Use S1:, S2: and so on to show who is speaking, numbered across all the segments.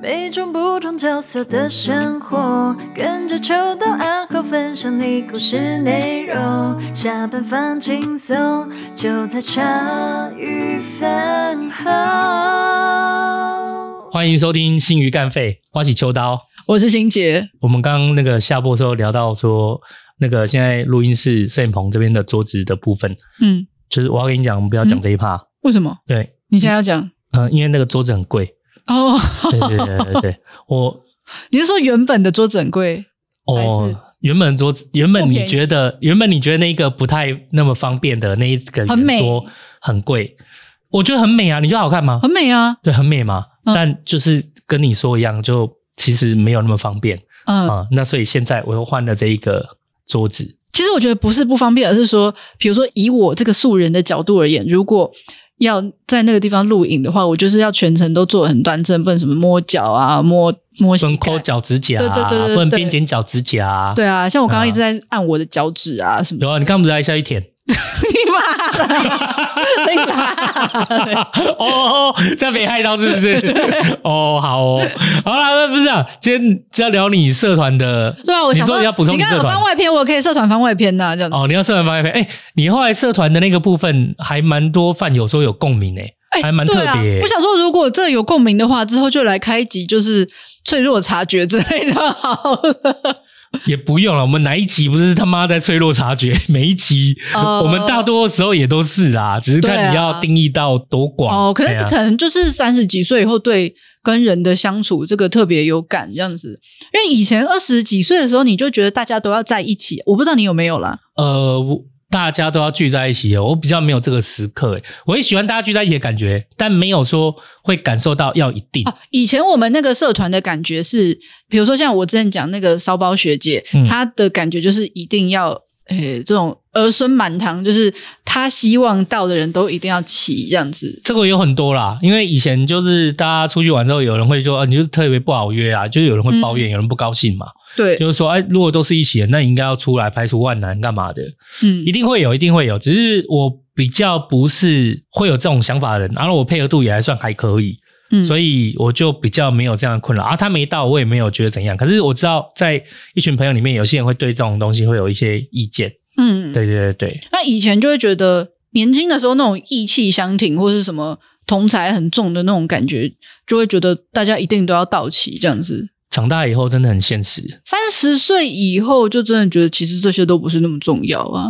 S1: 每种不同角色的生活，跟着秋到暗号分享你故事内容。下班放轻松，就在茶余饭后。
S2: 欢迎收听《新鱼干肺》，花起秋刀。
S3: 我是欣杰，
S2: 我们刚刚那个下播的时候聊到说，那个现在录音室摄影棚这边的桌子的部分，
S3: 嗯，
S2: 就是我要跟你讲，我们不要讲这一趴。
S3: 为什么？
S2: 对，
S3: 你现在要讲
S2: 嗯、因为那个桌子很贵。
S3: 哦？
S2: 对对对对对， 我
S3: 你是说原本的桌子很贵？还是
S2: 哦，原本桌子，原本
S3: 不
S2: 你
S3: 便宜
S2: 觉得，原本你觉得那个不太那么方便的那一个
S3: 很
S2: 圆
S3: 美
S2: 桌很贵，我觉得很美啊，你觉得好看吗？
S3: 很美啊，
S2: 对，很美嘛。
S3: 嗯
S2: 但就是跟你说一样，就其实没有那么方便
S3: 嗯，
S2: 啊、那所以现在我又换了这一个桌子，
S3: 其实我觉得不是不方便，而是说，比如说以我这个素人的角度而言，如果要在那个地方录影的话，我就是要全程都做得很端正，不能什么摸脚啊、摸摸
S2: 不
S3: 膝
S2: 能抠
S3: 盖。
S2: 脚趾甲、啊
S3: 对对对对对
S2: 不能边剪脚趾甲、啊。
S3: 对啊，像我刚
S2: 嗯
S3: 刚一直在按我的脚趾啊 什么的，
S2: 有啊，你刚不是还下去 舔？
S3: 你妈 的，你妈的，
S2: 哦 哦，这样没害到是不是？ 哦，好哦，好啦，那不是啊，今天是要聊你社团的。
S3: 对啊，我
S2: 你
S3: 想
S2: 说你要补充
S3: 你
S2: 你
S3: 刚
S2: 社
S3: 刚有
S2: 团
S3: 番外篇，我可以社团番外篇呐、这样子。
S2: 哦，你要社团方面，哎、你后来社团的那个部分还蛮多饭友说有共鸣诶、
S3: 哎
S2: 还蛮特
S3: 对
S2: 别、
S3: 啊。我想说，如果这有共鸣的话，之后就来开一集就是脆弱察觉之类的，好了。
S2: 也不用了，我们哪一集不是他妈在脆弱察觉？每一集、
S3: 哦
S2: 我们大多时候也都是啦，只是
S3: 对
S2: 看
S3: 啊
S2: 你要定义到多广。
S3: 哦，可
S2: 哎呀
S3: 能可能就是三十几岁以后对跟人的相处这个特别有感，这样子。因为以前二十几岁的时候，你就觉得大家都要在一起，我不知道你有没有啦。
S2: 呃，我大家都要聚在一起哦，我比较没有这个时刻诶，我也喜欢大家聚在一起的感觉，但没有说会感受到要一定。
S3: 啊，以前我们那个社团的感觉是，比如说像我之前讲那个烧包学姐，
S2: 嗯
S3: 她的感觉就是一定要，呃、这种儿孙满堂，就是她希望到的人都一定要齐这样子。
S2: 这个有很多啦，因为以前就是大家出去玩之后，有人会说，啊、你就是特别不好约啊，就是有
S3: 嗯
S2: 人会抱怨，有人不高兴嘛，
S3: 对，
S2: 就是说，哎，如果都是一起的，那你应该要出来排除万难干嘛的？
S3: 嗯
S2: 一，定会有，一定会有，只是我比较不是会有这种想法的人，然啊后我配合度也还算还可以，
S3: 嗯
S2: 所以我就比较没有这样的困扰。啊，他没到，我也没有觉得怎样。可是我知道，在一群朋友里面，有些人会对这种东西会有一些意见。
S3: 嗯，
S2: 对对对对，
S3: 那以前就会觉得年轻的时候那种意气相挺，或是什么同才很重的那种感觉，就会觉得大家一定都要到齐这样子。
S2: 长大以后真的很现实，
S3: 三十岁以后，就真的觉得其实这些都不是那么重要啊。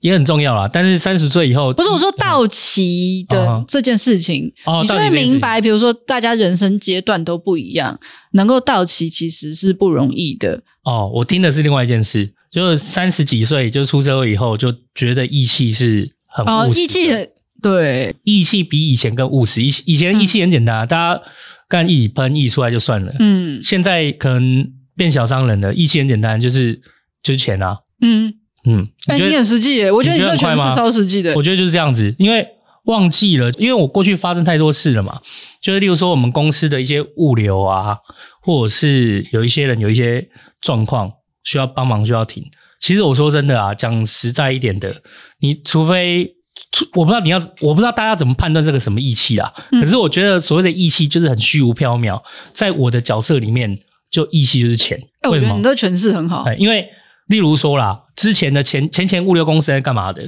S2: 也很重要啦。但是三十岁以后，
S3: 不是我说到齐
S2: 啊
S3: 的这件事情，
S2: 哦，
S3: 你就
S2: 到底
S3: 会
S2: 这件事
S3: 明白，比如说大家人生阶段都不一样，能够到齐其实是不容易的。
S2: 哦。我听的是另外一件事，就是三十几岁就出社会以后，就觉得义气是很
S3: 哦，
S2: 务实的
S3: 义气嗯很对，
S2: 义气比以前更务实。以以前义气很简单啊，大家干一起喷一起出来就算了。
S3: 嗯
S2: 现在可能变小商人了，义气很简单，就是就是钱啊。
S3: 嗯，
S2: 嗯，
S3: 哎，
S2: 你觉
S3: 你
S2: 得？
S3: 很实际耶，我觉得
S2: 你
S3: 你
S2: 觉得
S3: 这
S2: 很快
S3: 全是
S2: 吗
S3: 超实际的。
S2: 我觉得就是这样子，因为忘记了，因为我过去发生太多事了嘛。就是例如说，我们公司的一些物流啊，或者是有一些人有一些状况需要帮忙，需要停。其实我说真的啊，讲实在一点的，你除非除我不知道你要，我不知道大家怎么判断这个什么义气啦。
S3: 嗯
S2: 可是我觉得所谓的义气就是很虚无缥缈，在我的角色里面，就义气就是钱。
S3: 哎，我
S2: 为
S3: 觉
S2: 什
S3: 得
S2: 么
S3: 你？的诠释很好。
S2: 哎，因为例如说啦，之前的前前前物流公司在干嘛的？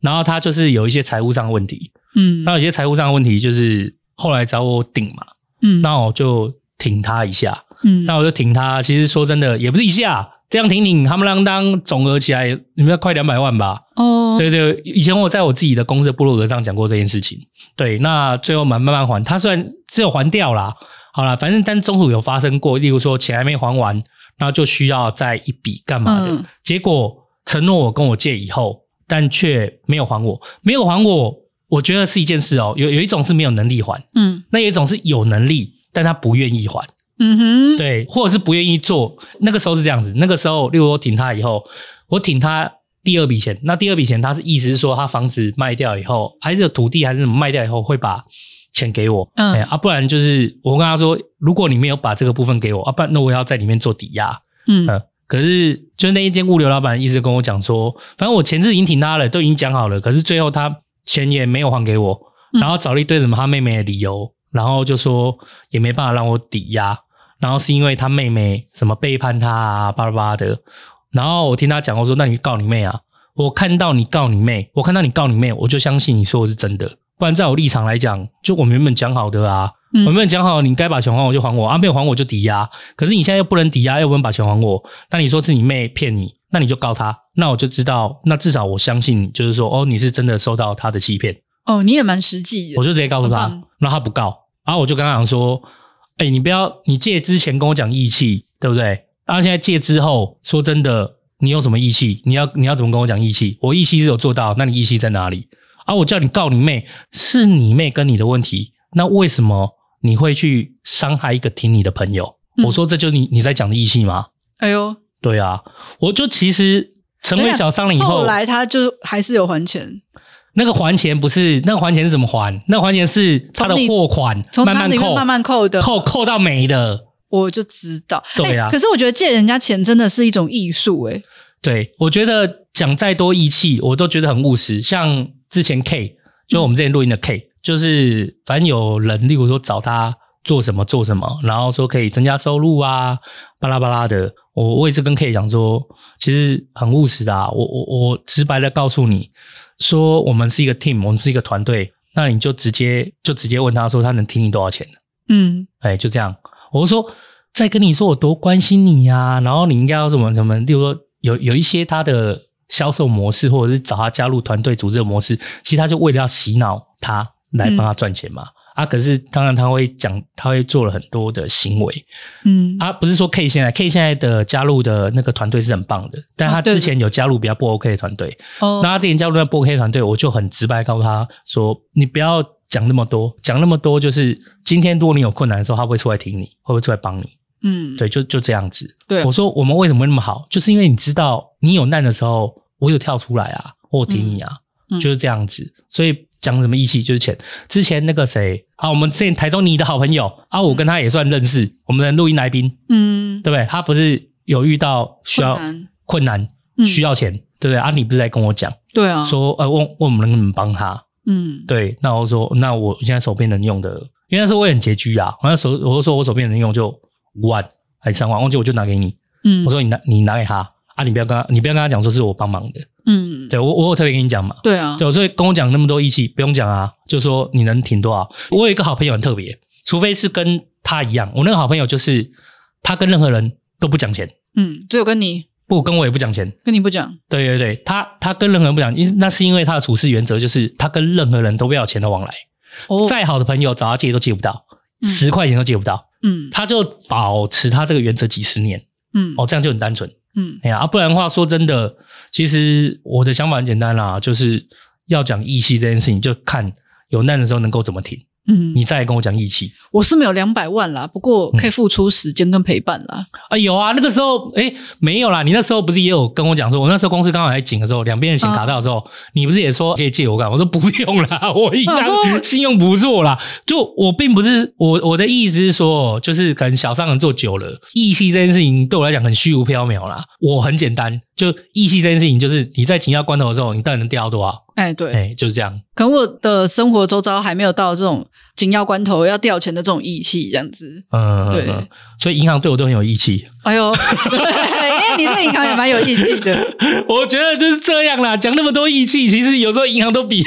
S2: 然后他就是有一些财务上的问题，
S3: 嗯
S2: 那有些财务上的问题就是后来找我顶嘛，
S3: 嗯
S2: 那我就挺他一下，
S3: 嗯
S2: 那我就挺他。其实说真的，也不是一下，这样挺挺，他们啷当总额起来，你们要快两百万吧？
S3: 哦，
S2: 对对，以前我在我自己的公司的部落格上讲过这件事情。对，那最后慢慢慢还，他虽然只有还掉啦，好啦，反正但中途有发生过，例如说钱还没还完，然后就需要再一笔干嘛的，
S3: 嗯
S2: 结果承诺我跟我借以后，但却没有还我，没有还我，我觉得是一件事哦。有有一种是没有能力还，
S3: 嗯
S2: 那有一种是有能力，但他不愿意还。
S3: 嗯哼，
S2: 对，或者是不愿意做。那个时候是这样子，那个时候，例如我挺他以后，我挺他第二笔钱，那第二笔钱他是意思是说他房子卖掉以后，还是有土地还是什么卖掉以后会把钱给我，
S3: 嗯
S2: 哎啊，不然就是我跟他说，如果你没有把这个部分给我啊，不然那我要在里面做抵押，
S3: 嗯
S2: 嗯。可是，就是那一间物流老板一直跟我讲说，反正我前置已经挺他了，都已经讲好了，可是最后他钱也没有还给我，
S3: 嗯
S2: 然后找了一堆什么他妹妹的理由，然后就说也没办法让我抵押，然后是因为他妹妹什么背叛他啊，巴拉巴拉的。然后我听他讲，我说那你告你妹啊！我看到你告你妹，我看到你告你妹，我就相信你说的是真的。不然在我立场来讲，就我们原本讲好的啊，
S3: 嗯
S2: 我们原本讲好你该把钱还我就还我，啊没有还我就抵押。可是你现在又不能抵押，又不能把钱还我，那你说是你妹骗你，那你就告他，那我就知道，那至少我相信，就是说哦，你是真的受到他的欺骗。
S3: 哦，你也蛮实际的，
S2: 我就直接告诉他
S3: 很棒，
S2: 然后他不告，然后我就跟他讲说，哎、你不要，你借之前跟我讲义气，对不对？然后现在借之后，说真的，你有什么义气？你要你要怎么跟我讲义气？我义气是有做到，那你义气在哪里？啊，我叫你告你妹，是你妹跟你的问题，那为什么你会去伤害一个挺你的朋友？
S3: 嗯
S2: 我说这就是你你在讲的义气吗？
S3: 哎呦，
S2: 对啊，我就其实成为小商人以
S3: 后
S2: 后，
S3: 来他就还是有还钱，
S2: 那个还钱不是那个还钱是怎么还？那个还钱是他的
S3: 从你
S2: 货款
S3: 从
S2: 慢
S3: 他
S2: 慢
S3: 里面
S2: 扣，
S3: 慢慢扣的，
S2: 扣扣到没的。
S3: 我就知道。
S2: 对啊
S3: 哎可是我觉得借人家钱真的是一种艺术，哎，
S2: 对我觉得讲再多义气，我都觉得很务实。像之前 K，就我们之前录音的 K，、就是反正有人，例如说找他做什么做什么，然后说可以增加收入啊，巴拉巴拉的。我我也是跟 K 讲说，其实很务实的、啊。我我我直白的告诉你，说我们是一个 team，我们是一个团队，那你就直接就直接问他说他能听你多少钱。
S3: 嗯，
S2: 哎，就这样。我就说再跟你说我多关心你呀、然后你应该要怎么怎么，例如说有有一些他的销售模式，或者是找他加入团队组织的模式，其实他就为了要洗脑他来帮他赚钱嘛。啊，可是当然他会讲，他会做了很多的行为
S3: 嗯，
S2: 啊，不是说 K 现在 K 现在的加入的那个团队是很棒的，但他
S3: 啊对
S2: 之前有加入比较不 OK 的团队，
S3: 哦，
S2: 那他之前加入那波黑团队，我就很直白告诉他说：“你不要讲那么多，讲那么多就是今天如果你有困难的时候，他会出来挺你，会不会出来帮你？
S3: 嗯，
S2: 对，就就这样子。
S3: 对
S2: 我说我们为什么会那么好，就是因为你知道你有难的时候，我有跳出来啊，我有挺你啊，
S3: 嗯嗯
S2: 就是这样子。所以讲什么义气就是钱。之前那个谁啊，我们之前台中你的好朋友啊，我跟他也算认识，我们的录音来宾
S3: 嗯，
S2: 对不对？他不是有遇到需要
S3: 困难
S2: 困难
S3: 嗯
S2: 需要钱，对不对？啊，你不是在跟我讲？
S3: 对啊，
S2: 说呃问问我们能不能帮他，
S3: 嗯，
S2: 对，那我说那我现在手边能用的，因为那时候我也很拮据啊，我那时候我就说我手边能用就五万还是三万，忘记我就拿给你，
S3: 嗯，
S2: 我说你拿你拿给他啊，你不要跟他你不要跟他讲说是我帮忙的，
S3: 嗯，
S2: 对我我有特别跟你讲嘛，
S3: 对啊，
S2: 对，所以跟我讲那么多义气不用讲啊，就说你能挺多少，啊我有一个好朋友很特别，除非是跟他一样，我那个好朋友就是他跟任何人都不讲钱，
S3: 嗯，只有跟你
S2: 不跟我也不讲钱，
S3: 跟你不讲，
S2: 对对对，他他跟任何人不讲，因那是因为他的处事原则就是他跟任何人都不要钱的往来，
S3: 哦，
S2: 再好的朋友找他借都借不到，
S3: 嗯
S2: 十块钱都借不到，
S3: 嗯
S2: 他就保持他这个原则几十年，
S3: 嗯
S2: 哦，这样就很单纯。
S3: 嗯
S2: 哎呀，啊不然的话，说真的，其实我的想法很简单啦，就是要讲义气这件事情，就看有难的时候能够怎么挺，
S3: 嗯，
S2: 你再嗯来跟我讲义气。
S3: 我是没有两百万啦，不过可以付出时间跟陪伴啦。
S2: 啊，有啊，那个时候，哎，没有啦，你那时候不是也有跟我讲说，我那时候公司刚好在紧的时候，两边的
S3: 嗯
S2: 钱卡到的时候，你不是也说可以借我干嘛？我说不用啦， 我一样
S3: 我说
S2: 信用不错啦。就我并不是我我的意思是说，就是可能小商人做久了，义气这件事情对我来讲很虚无缥缈啦。我很简单，就义气这件事情，就是你在紧要关头的时候，你到底能掉到多少？
S3: 哎，对，
S2: 哎，就是这样。
S3: 可能我的生活周遭还没有到这种紧要关头要掉钱的这种义气，这样子。
S2: 嗯，
S3: 对
S2: 嗯嗯所以银行对我都很有义气。
S3: 哎 呦，对，因为你对银行也蛮有义气的。
S2: 我觉得就是这样啦，讲那么多义气，其实有时候银行都比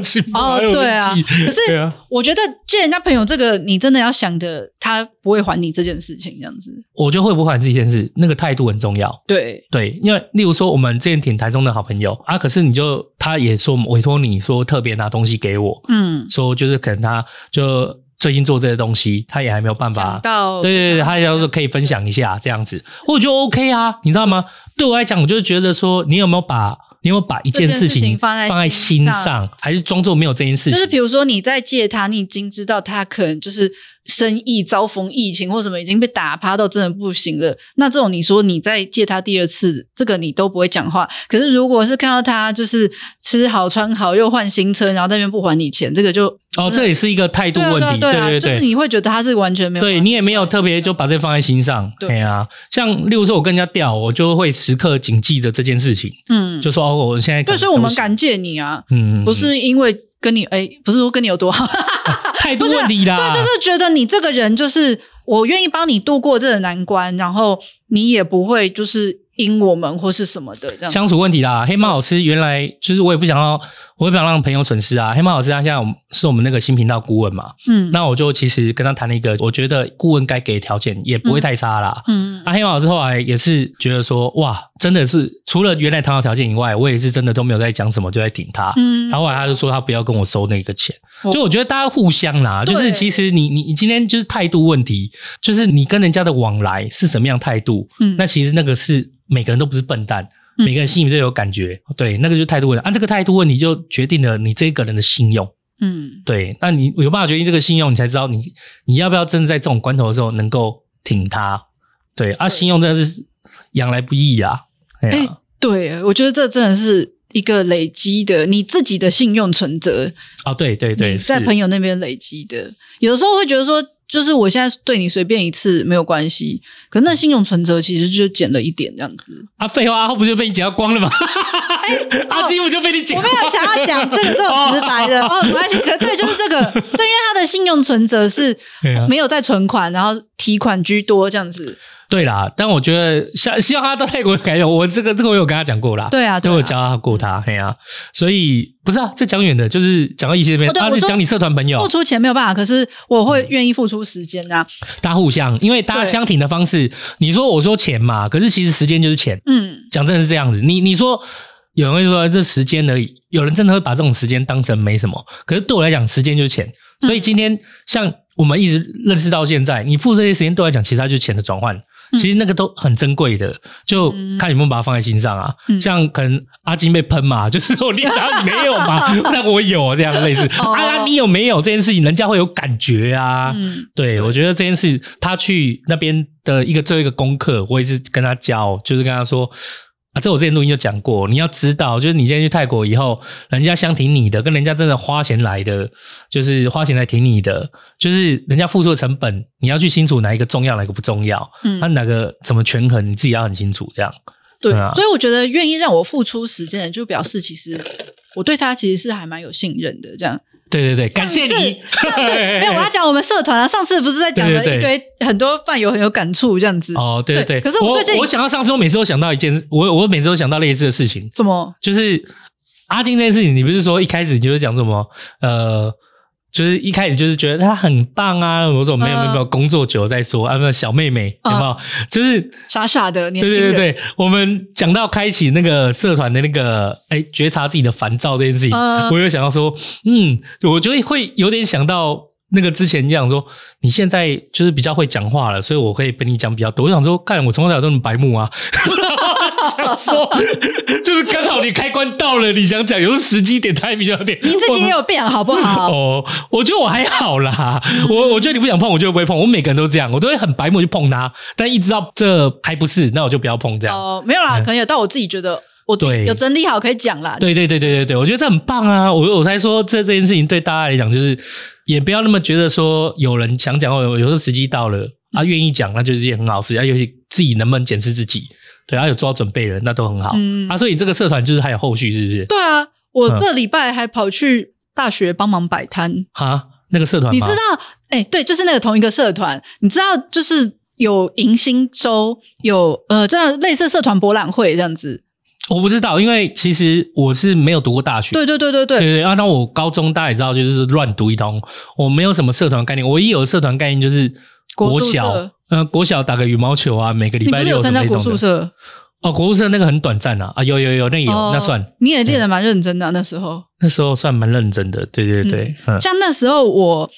S2: 情报
S3: 哦
S2: 还有义气
S3: 对啊可是
S2: 对啊，
S3: 我觉得借人家朋友这个，你真的要想的，他不会还你这件事情，这样子。
S2: 我觉得会不会还是一件事，那个态度很重要。
S3: 对，
S2: 对，因为例如说我们之前挺台中的好朋友啊，可是你就他也说委托你说特别拿东西给我，
S3: 嗯，
S2: 说就是可能他就最近做这些东西，他也还没有办法
S3: 想。到
S2: 对对啊对，他要说可以分享一下这样子，我觉得 OK 啊，你知道吗？对我来讲，我就觉得说，你有没有把你有没有把一件
S3: 这件
S2: 事
S3: 事情
S2: 情
S3: 放在
S2: 放在
S3: 心
S2: 心
S3: 上
S2: 上，还是装作没有这件事情？
S3: 就是比如说你在借他，你已经知道他可能就是生意遭逢疫情或什么已经被打趴到真的不行了。那这种你说你再借他第二次，这个你都不会讲话。可是如果是看到他就是吃好穿好又换新车，然后在那边不还你钱，这个就
S2: 哦，这也是一个态度
S3: 对啊
S2: 问
S3: 对啊
S2: 题，
S3: 嗯对啊，
S2: 对
S3: 就是
S2: 对。
S3: 你会觉得他是完全没有嗯办
S2: 对
S3: 法，
S2: 你也没有特别就把这放在心上，
S3: 对
S2: 对呀、啊。像例如说，我跟人家调，我就会时刻谨记着这件事情，
S3: 嗯，
S2: 就说哦，我现在可
S3: 对，
S2: 能
S3: 所以我们
S2: 不行，
S3: 敢借你啊，
S2: 嗯，
S3: 不是因为跟你哎，不是说跟你有多好，
S2: 太多
S3: 不是
S2: 问题啦。
S3: 对， 就是觉得你这个人就是我愿意帮你度过这个难关，然后你也不会就是因我们或是什么的这样。
S2: 相处问题啦。黑猫老师原来就是我也不想要，我也不想让朋友损失啊。黑猫老师他现在我们是我们那个新频道顾问嘛，
S3: 嗯，
S2: 那我就其实跟他谈了一个，我觉得顾问该给的条件也不会太差啦。
S3: 嗯
S2: 那、黑猫老师后来也是觉得说，哇，真的是除了原来谈好条件以外，我也是真的都没有在讲什么，就在顶他。
S3: 嗯
S2: 然后后来他就说他不要跟我收那个钱，
S3: 哦
S2: 就我觉得大家互相啦，
S3: 对
S2: 就是其实你你你今天就是态度问题，就是你跟人家的往来是什么样态度，
S3: 嗯
S2: 那其实那个是每个人都不是笨蛋，
S3: 嗯
S2: 每个人心里面都有感觉，对，那个就是态度问题，按、这个态度问题就决定了你这个人的信用，
S3: 嗯
S2: 对，那你有办法决定这个信用，你才知道你你要不要真的在这种关头的时候能够挺他，对，啊，
S3: 对
S2: 信用真的是养来不易啊，哎呀、
S3: 哎、对，我觉得这真的是一个累积的你自己的信用存折，
S2: 啊，对对对，
S3: 你在
S2: 是
S3: 朋友那边累积的。有的时候会觉得说，就是我现在对你随便一次没有关系，可那信用存折其实就减了一点这样子。
S2: 啊，废话，阿后不就被你剪掉光了吗？ 阿基不就被你剪
S3: 哎我
S2: 光
S3: 没有想要讲这个这种直白的哦，没关系。可对，就是这个，对，因为他的信用存折是
S2: 对啊
S3: 没有在存款，然后提款居多这样子。
S2: 对啦，但我觉得像希望他到泰国改有，我这个这个我有跟他讲过啦，
S3: 对啊，
S2: 因
S3: 对
S2: 为我
S3: 啊，
S2: 教他过他，嘿啊，所以不是啊，这讲远的，就是讲到一些边，
S3: 哦对
S2: 他
S3: 我
S2: 就
S3: 说
S2: 讲你社团朋友
S3: 付，出钱没有办法，可是我会愿意付出时间啊。
S2: 大家互相，因为大家
S3: 对
S2: 相挺的方式，你说我说钱嘛，可是其实时间就是钱，
S3: 嗯，
S2: 讲真的是这样子，你你说。有人会说这时间而已，有人真的会把这种时间当成没什么。可是对我来讲，时间就是钱。
S3: 嗯
S2: 所以今天像我们一直认识到现在，你付这些时间对我来讲，其实它就是钱的转换。
S3: 嗯
S2: 其实那个都很珍贵的，就看有没有把它放在心上啊。
S3: 嗯
S2: 像可能阿金被喷嘛，就是我练他没有 嘛，那我有这样类似。
S3: 哦
S2: 啊，那你有没有这件事情，人家会有感觉啊。
S3: 嗯，
S2: 对，我觉得这件事，他去那边的一个最后一个功课，我也是跟他教，就是跟他说啊，这我之前录音就讲过，你要知道，就是你今天去泰国以后，人家相挺你的，跟人家真的花钱来的，就是花钱来挺你的，就是人家付出的成本，你要去清楚哪一个重要，哪一个不重要，
S3: 嗯
S2: 那、哪个怎么权衡，你自己要很清楚。这样，
S3: 对
S2: 对啊，
S3: 所以我觉得愿意让我付出时间的，就表示其实我对他其实是还蛮有信任的。这样
S2: 对对对，感谢你。
S3: 没有，我要讲我们社团啊，上次不是在讲了
S2: 对
S3: 一
S2: 对对
S3: 堆很多饭友很有感触这样子。
S2: 哦，对对对，
S3: 对可是我最近
S2: 我想到上次，我每次都想到一件，我我每次都想到类似的事情，
S3: 怎么？
S2: 就是阿金这件事情，你不是说一开始你就是讲什么呃，就是一开始就是觉得他很棒啊，我说没有没有没有，工作久了再说啊，没有小妹妹有
S3: 嗯
S2: 没有？就是
S3: 傻傻的年
S2: 对
S3: 轻
S2: 对
S3: 人，
S2: 对对，我们讲到开启那个社团的那个哎，觉察自己的烦躁这件事情，
S3: 嗯
S2: 我有想到说，嗯，我就会有点想到。那个之前讲说，嗯你现在就是比较会讲话了，所以我可以跟你讲比较多。我想说，看我从小都很白 目啊，想说，就是刚好你开关到了，你想讲，有时候时机点 timing 就有点。
S3: 您自己也有变好不好？
S2: 哦，我觉得我还好啦，我
S3: 嗯
S2: 我觉得你不想碰，我就不会碰。我每个人都这样，我都会很白目去碰它，但一知道这还不是，那我就不要碰这样。
S3: 哦，没有啦，
S2: 嗯
S3: 可能有到我自己觉得我自
S2: 对
S3: 己有整理好可以讲啦。
S2: 对对对对对对，我觉得这很棒啊！我我才说这这件事情对大家来讲，就是也不要那么觉得说有人想讲，有有时候时机到
S3: 嗯
S2: 了啊，愿意讲，那就是一件很好事。啊，尤其自己能不能检视自己，对，啊，有做好准备了，那都很好。
S3: 嗯
S2: 啊，所以这个社团就是还有后续，是不是？
S3: 对啊，我
S2: 嗯
S3: 这礼拜还跑去大学帮忙摆摊，
S2: 哈，那个社团吗
S3: 你知道？哎、对，就是那个同一个社团，你知道就是。有迎新周，有呃，这样类似社团博览会这样子。
S2: 我不知道，因为其实我是没有读过大学。
S3: 对对对对
S2: 对
S3: 对，
S2: 对对，啊，那我高中大家也知道，就是乱读一通，我没有什么社团概念，我一有社团概念就是
S3: 国
S2: 国
S3: 宿舍
S2: 小，呃，国小打个羽毛球啊，每个礼
S3: 你不
S2: 拜
S3: 是
S2: 六
S3: 有
S2: 什
S3: 参
S2: 么
S3: 加
S2: 那
S3: 国
S2: 种
S3: 宿
S2: 的。
S3: 舍？
S2: 哦，国术社那个很短暂啊，啊，有有有，那有、
S3: 哦
S2: 那算
S3: 你也练得蛮认真的、啊那时候。
S2: 那时候算蛮认真的，对对对，嗯，
S3: 像那时候我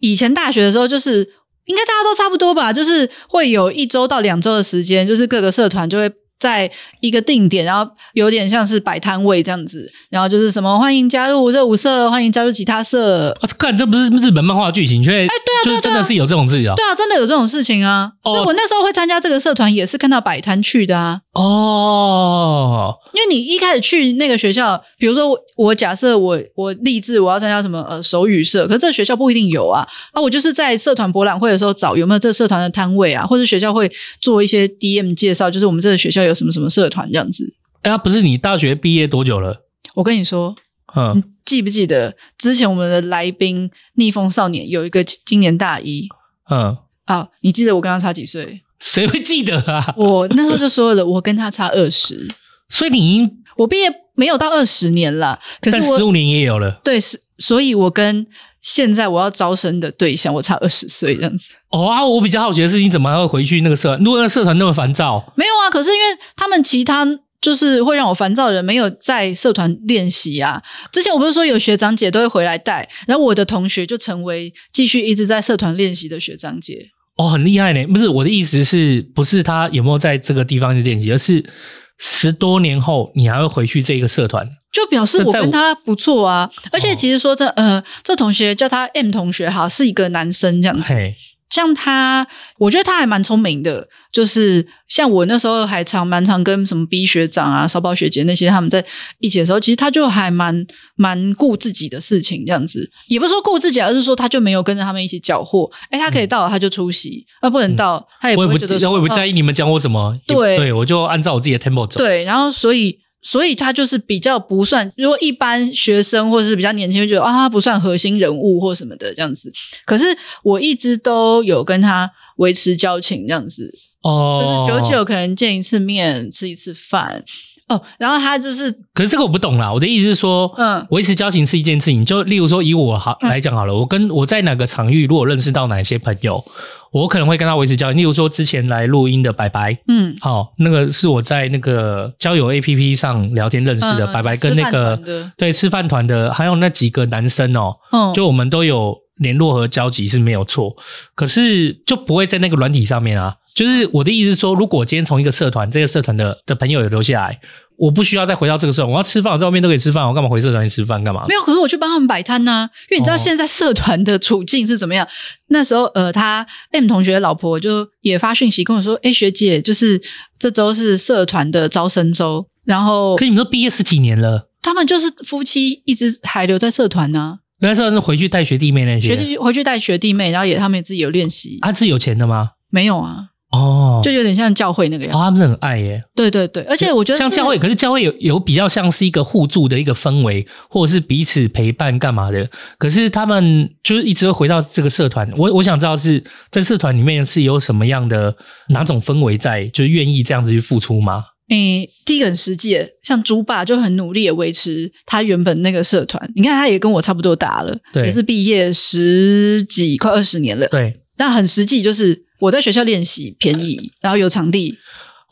S3: 以前大学的时候，就是应该大家都差不多吧，就是会有一周到两周的时间，就是各个社团就会。在一个定点，然后有点像是摆摊位这样子，然后就是什么欢迎加入热舞社，欢迎加入吉他社，
S2: 啊，看这不是日本漫画剧情，却哎对啊，就是真的是有这种事啊，
S3: 对啊，真的有这种事情啊。
S2: 哦
S3: 那我那时候会参加这个社团，也是看到摆摊去的啊。
S2: 哦，
S3: 因为你一开始去那个学校，比如说我，我假设我我立志我要参加什么呃手语社，可是这个学校不一定有啊。啊，我就是在社团博览会的时候找有没有这社团的摊位啊，或者学校会做一些 DM 介绍，就是我们这个学校有什么什么社团这样子。
S2: 哎、啊，不是你大学毕业多久了？
S3: 我跟你说，
S2: 嗯，
S3: 记不记得之前我们的来宾逆风少年有一个今今年大一
S2: 嗯，
S3: 啊？你记得我跟他差几岁？
S2: 谁会记得啊？
S3: 我那时候就说了，我跟他差二十，
S2: 所以你已经
S3: 我毕业没有到二十年了，可
S2: 但
S3: 是
S2: 十
S3: 我
S2: 五年也有了。
S3: 对是，所以我跟现在我要招生的对象，我差二十岁这样子。
S2: 哦啊，我比较好奇的是，你怎么还会回去那个社团？如果那个社团那么烦躁，
S3: 没有啊，可是因为他们其他就是会让我烦躁的人没有在社团练习啊。之前我不是说有学长姐都会回来带，然后我的同学就成为继续一直在社团练习的学长姐。
S2: 哦，很厉害呢。不是我的意思是，不是他有没有在这个地方去练习，而是十多年后你还会回去这个社团。
S3: 就表示我跟他不错啊，而且其实说这呃，这同学叫他 M 同学哈，是一个男生这样子，
S2: 嘿，
S3: 像他，我觉得他还蛮聪明的，就是像我那时候还常蛮常跟什么 B 学长啊、骚包学姐那些他们在一起的时候，其实他就还蛮 蛮顾自己的事情，这样子，也不是说顾自己，而是说他就没有跟着他们一起搅和。哎，他可以到了他就出席，啊、不能到、他也不
S2: 我也
S3: 会
S2: 不
S3: 觉
S2: 记
S3: 得说，
S2: 我也不在
S3: 意。
S2: 意你们讲我怎么。也
S3: 对
S2: 对，我就按照我自己的 tempo 走。
S3: 对，然后所以所以他就是比较不算，如果一般学生或者是比较年轻，会觉得啊他不算核心人物或什么的这样子。可是我一直都有跟他维持交情这样子，
S2: 哦，
S3: 就是久久可能见一次面，吃一次饭。哦，然后他就是
S2: 可是这个我不懂啦，我的意思是说，
S3: 嗯
S2: 维持交情是一件事情。就例如说，以我好
S3: 嗯
S2: 来讲好了，我跟我在哪个场域，如果认识到哪些朋友，我可能会跟他维持交情。例如说，之前来录音的白白，
S3: 嗯
S2: 好、那个是我在那个交友 APP 上聊天认识的，
S3: 嗯
S2: 白白跟那个
S3: 吃饭团的
S2: 对吃饭团的，还有那几个男生哦，
S3: 嗯，
S2: 就我们都有联络和交集是没有错，可是就不会在那个软体上面啊。就是我的意思是说，如果今天从一个社团，这个社团的的朋友有留下来，我不需要再回到这个社团，我要吃饭，我在外面都可以吃饭，我干嘛回社团去吃饭干嘛
S3: 没？有，可是我去帮他们摆摊呐、因为你知道
S2: 哦
S3: 现在社团的处境是怎么样。那时候，呃，他 M 同学的老婆就也发讯息跟我说：“哎，学姐，就是这周是社团的招生周，然后
S2: 可你们都毕业十几年了，
S3: 他们就是夫妻一直还留在社团呢、
S2: 原来社团是回去带学弟妹那些
S3: 学
S2: 的，
S3: 弟回去带学弟妹，然后也他们也自己有练习。
S2: 啊，是有钱的吗？
S3: 没有啊，
S2: 哦，
S3: 就有点像教会那个样
S2: 哦，
S3: 子。
S2: 他们是很爱耶、
S3: 对对对，而且我觉得
S2: 像
S3: 是
S2: 教会，可是教会有有比较像是一个互助的一个氛围，或者是彼此陪伴干嘛的。可是他们就是一直会回到这个社团，我我想知道是在社团里面是有什么样的哪种氛围在，就是愿意这样子去付出吗？
S3: 诶，第一个很实际，像猪爸就很努力的维持他原本那个社团。你看，他也跟我差不多大了，
S2: 对
S3: 也是毕业十几快二十年了。
S2: 对，
S3: 那很实际，就是我在学校练习便宜，然后有场地，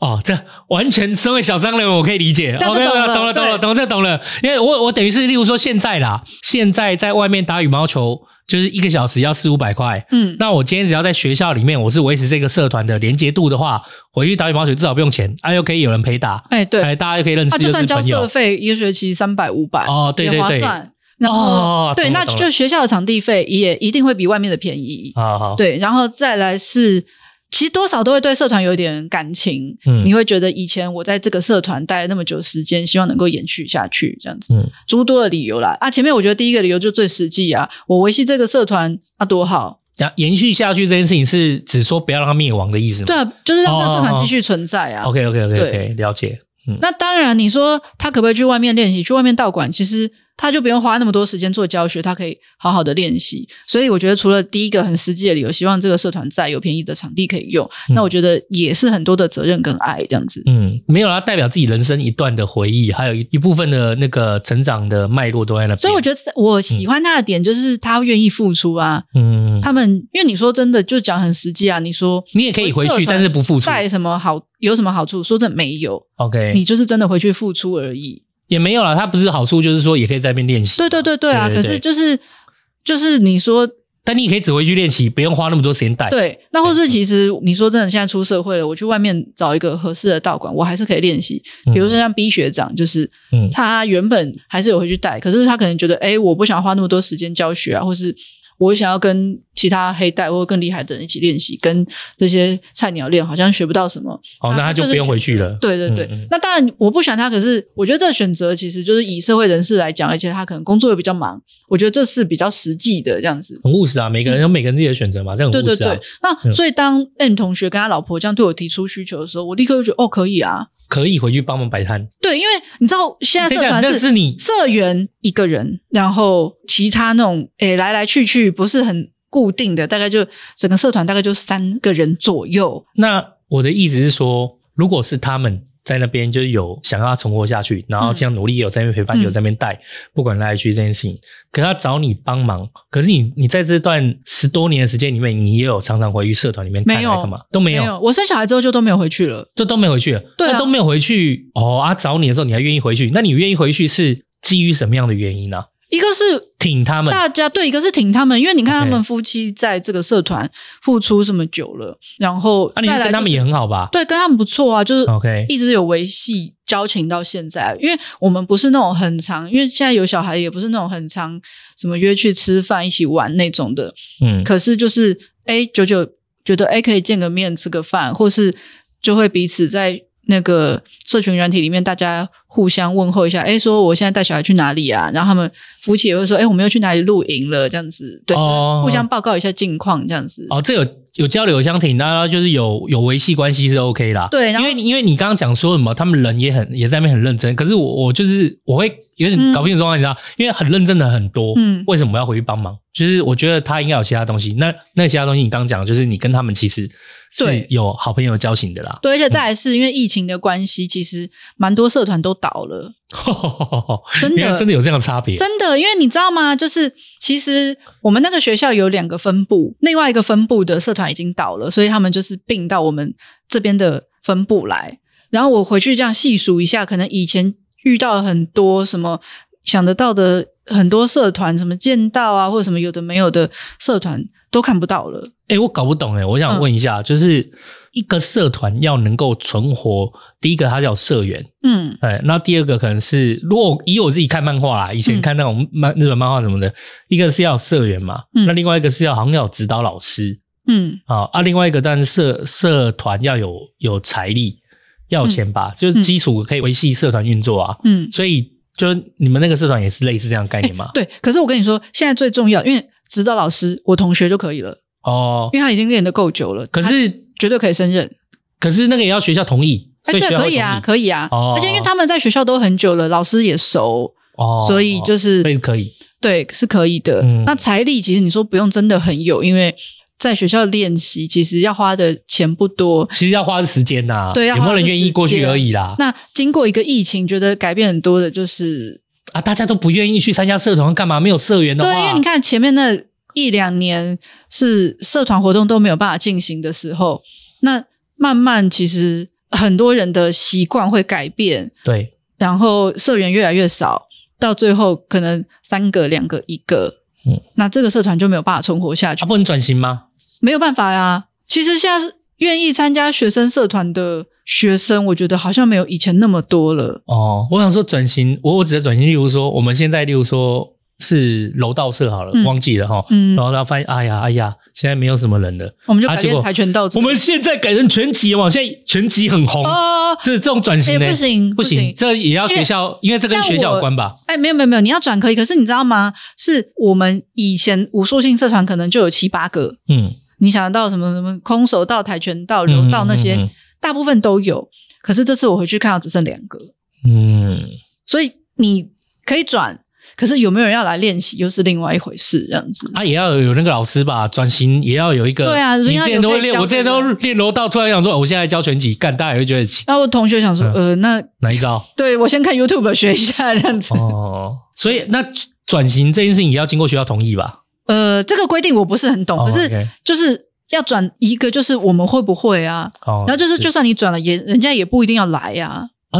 S2: 哦，这完全身为小商人，我可以理解。哦
S3: 这样就
S2: OK，
S3: 懂了
S2: 懂了，懂了，
S3: 对
S2: 懂了，这懂了。因为我我等于是，例如说现在啦，现在在外面打羽毛球，就是一个小时要四五百块，
S3: 嗯，
S2: 那我今天只要在学校里面，我是维持这个社团的连接度的话，我去打羽毛球至少不用钱，啊，又可以有人陪打，
S3: 哎、对，
S2: 哎，大家又可以认识，
S3: 啊，就
S2: 又是
S3: 算交
S2: 朋
S3: 社
S2: 友。
S3: 费，一个学期三百五百，
S2: 哦对对
S3: 也划
S2: 对
S3: 算。然后、
S2: 哦
S3: 对，
S2: 懂了
S3: 那
S2: 懂了哦
S3: 就学校的场地费也一定会比外面的便宜。
S2: 好好，
S3: 对，然后再来是，其实多少都会对社团有一点感情，
S2: 嗯
S3: 你会觉得以前我在这个社团待了那么久时间，希望能够延续下去，这样子，
S2: 嗯
S3: 诸多的理由啦。啊，前面我觉得第一个理由就最实际啊，我维系这个社团啊多好，
S2: 然后延续下去这件事情是只说不要让它灭亡的意思吗？
S3: 对、啊，就是让这个社
S2: 哦哦
S3: 团
S2: 哦
S3: 继续存在啊。
S2: ，OK OK OK
S3: 对
S2: OK，了解。嗯
S3: 那当然，你说他可不可以去外面练习？去外面道馆，其实他就不用花那么多时间做教学，他可以好好的练习。所以我觉得，除了第一个很实际的理由，希望这个社团在有便宜的场地可以用，
S2: 嗯
S3: 那我觉得也是很多的责任跟爱这样子。
S2: 嗯，没有啦，代表自己人生一段的回忆，还有一一部分的那个成长的脉络都在那边。
S3: 所以我觉得我喜欢他的点就是他愿意付出啊。
S2: 得，嗯，
S3: 他们因为你说真的，就讲很实际啊。你说
S2: 你也可以回
S3: 社
S2: 去，
S3: 团
S2: 但是不付出。
S3: 带什么好有什么好处？说真的没有，
S2: OK，
S3: 你就是真的回去付出而已。
S2: 也没有啦，它不是好处，就是说也可以在那边练习。
S3: 对对对对啊！
S2: 对对
S3: 可
S2: 对
S3: 是就是就是你说
S2: 但你也可以只回去练习，不用花那么多时间带。
S3: 对，那或是其实你说真的，现在出社会了，我去外面找一个合适的道馆，我还是可以练习。
S2: 嗯，
S3: 比如说像 B 学长，就是
S2: 嗯
S3: 他原本还是有回去带，可是他可能觉得，哎，我不想花那么多时间教学啊，或是我想要跟其他黑带或更厉害的人一起练习，跟这些菜鸟练，好像学不到什么。
S2: 哦，那他就
S3: 就是
S2: 不用回去
S3: 选择
S2: 了。
S3: 对对对，
S2: 嗯嗯
S3: 那当然我不喜欢他，可是我觉得这个选择其实就是以社会人士来讲，而且他可能工作也比较忙，我觉得这是比较实际的这样子。
S2: 很务实啊，每个人有每个人自己的选择嘛，这样
S3: 嗯对
S2: 很务
S3: 对
S2: 实啊。
S3: 对，那所以当 M 同学跟他老婆这样对我提出需求的时候，我立刻就觉得哦，可以啊，
S2: 可以回去帮忙摆摊。
S3: 对，因为你知道现在
S2: 这
S3: 社
S2: 样，
S3: 团
S2: 那是你
S3: 社员一个人，然后其他那种诶、来来去去不是很固定的，大概就整个社团大概就三个人左右。
S2: 那我的意思是说，如果是他们在那边就是有想要存活下去，然后这样努力有在那边陪伴，
S3: 嗯
S2: 有在那边带，不管来去这件事情，可是他找你帮忙，可是你你在这段十多年的时间里面，你也有常常回去社团里面看
S3: 没有
S2: 来干嘛都没有，
S3: 我生小孩之后就都没有回去了。
S2: 这都没有回去了，
S3: 对啊
S2: 那都没有回去哦啊！找你的时候你还愿意回去，那你愿意回去是基于什么样的原因呢、
S3: 一个是
S2: 挺他们，
S3: 大家对，一个是挺他们，因为你看他
S2: OK
S3: 们夫妻在这个社团付出这么久了，然后
S2: 啊，你
S3: 再来
S2: 跟他
S3: 就
S2: 们
S3: 是
S2: 也很好吧？
S3: 对，跟他们不错啊，就是
S2: OK
S3: 一直有维系交情到现在。啊因为我们不是那种很长，因为现在有小孩，也不是那种很长，什么约去吃饭、一起玩那种的。
S2: 嗯，
S3: 可是就是哎，久久觉得哎可以见个面、吃个饭，或是就会彼此在那个社群软体里面，大家互相问候一下。哎，说我现在带小孩去哪里啊？然后他们夫妻也会说，哎，我们又去哪里露营了？这样子，对，
S2: 哦
S3: 互相报告一下近况，这样子。
S2: 哦，这有有交流相挺，那就是有有维系关系是 OK 啦。
S3: 对然
S2: 因
S3: 后
S2: 为你因为你刚刚讲说什么，他们人也很也在那边很认真，可是我我就是我会有点
S3: 嗯
S2: 搞不清楚状况，你知道，因为很认真的很多，
S3: 嗯
S2: 为什么要回去帮忙？就是我觉得他应该有其他东西，那那其他东西你刚讲，就是你跟他们其实是
S3: 对
S2: 有好朋友交情的 啦。
S3: 对，而且再来是因为疫情的关系，其实蛮多社团都倒了， 真的
S2: 原来真的有这样的差别，
S3: 真的。因为你知道吗？就是其实我们那个学校有两个分部，另外一个分部的社团已经倒了，所以他们就是并到我们这边的分部来。然后我回去这样细数一下，可能以前遇到很多什么想得到的很多社团，什么剑道啊，或者什么有的没有的社团都看不到了。
S2: 哎、我搞不懂哎、我想
S3: 嗯
S2: 问一下，就是一个社团要能够存活，第一个它叫社员，
S3: 嗯，
S2: 哎，那第二个可能是，如果以我自己看漫画啦，以前
S3: 嗯
S2: 看那种漫、日本漫画什么的，一个是要有社员嘛，
S3: 嗯
S2: 那另外一个是要好像要有指导老师
S3: 嗯，
S2: 啊啊，另外一个当然是社社团要有有财力，要有钱吧，就是基础可以维系社团运作啊。
S3: 嗯。
S2: 所以就你们那个社团也是类似这样的概念嘛？
S3: 对，可是我跟你说，现在最重要，因为指导老师我同学就可以了，
S2: 哦，
S3: 因为他已经练得够久了，
S2: 可
S3: 他
S2: 是
S3: 绝对可以胜任。
S2: 可是那个也要学校同意，
S3: 哎，
S2: 所以
S3: 对
S2: 学，校
S3: 可
S2: 会
S3: 以啊，
S2: 同意
S3: 可以啊，
S2: 哦
S3: 而且因为他们在学校都很久了，老师也熟，
S2: 哦，
S3: 所以就是
S2: 所以可以
S3: 对是可以的。
S2: 嗯
S3: 那财力其实你说不用真的很有，因为在学校练习其实要花的钱不多。
S2: 其实要花时间呐、
S3: 对要
S2: 有没有
S3: 花
S2: 人
S3: 时
S2: 愿意过去
S3: 间
S2: 而已啦。
S3: 那经过一个疫情，觉得改变很多的就是，
S2: 啊，大家都不愿意去参加社团，干嘛？没有社员的话，
S3: 对，因为你看前面那一两年是社团活动都没有办法进行的时候，那慢慢其实很多人的习惯会改变，
S2: 对
S3: 然后社员越来越少，到最后可能三个、两个、一个，
S2: 嗯
S3: 那这个社团就没有办法存活下去，
S2: 啊，不能转型吗？
S3: 没有办法呀、其实现在是愿意参加学生社团的学生，我觉得好像没有以前那么多了。
S2: 哦，我想说转型，我我指的转型，例如说我们现在，例如说是楼道社好了，
S3: 嗯
S2: 忘记了哈，
S3: 嗯
S2: 然后他发现，哎呀哎呀，现在没有什么人了，
S3: 我们就
S2: 啊
S3: 改
S2: 结果
S3: 变跆拳道之
S2: 我
S3: 类的，
S2: 们现在改成拳击嘛，现在拳击很红，
S3: 哦，
S2: 这这种转型呢、
S3: 哎不行
S2: 不
S3: 不
S2: 行，
S3: 行
S2: 这也要学校，因为这跟
S3: 像
S2: 学校有
S3: 我
S2: 关吧？
S3: 哎，没有没有没有，你要转可以，可是你知道吗？是我们以前武术性社团可能就有七八个，
S2: 嗯，
S3: 你想得到什么什么空手道、跆拳道、
S2: 嗯
S3: 柔道那些，
S2: 嗯嗯
S3: 大部分都有。可是这次我回去看到只剩两个，
S2: 嗯，
S3: 所以你可以转，可是有没有人要来练习又是另外一回事，这样子。
S2: 啊，也要有那个老师吧，转型也要有一个。
S3: 对啊人
S2: 你
S3: 家
S2: 之前
S3: 有
S2: 都
S3: 可
S2: 会
S3: 以
S2: 练，
S3: 教
S2: 我之前
S3: 这
S2: 都
S3: 个
S2: 练柔道，突然想说，我现在教拳击，干，大家也会觉得奇
S3: 那我同学想说，
S2: 嗯
S3: 呃，那
S2: 哪一 招？
S3: 对我先看 YouTube 学一下这样子。
S2: 哦，所以那转型这件事情也要经过学校同意吧？
S3: 呃，这个规定我不是很懂，
S2: 哦
S3: 可是
S2: OK
S3: 就是要转一个，就是我们会不会啊？
S2: 哦，
S3: 然后就是，就算你转了，也人家也不一定要来呀、啊。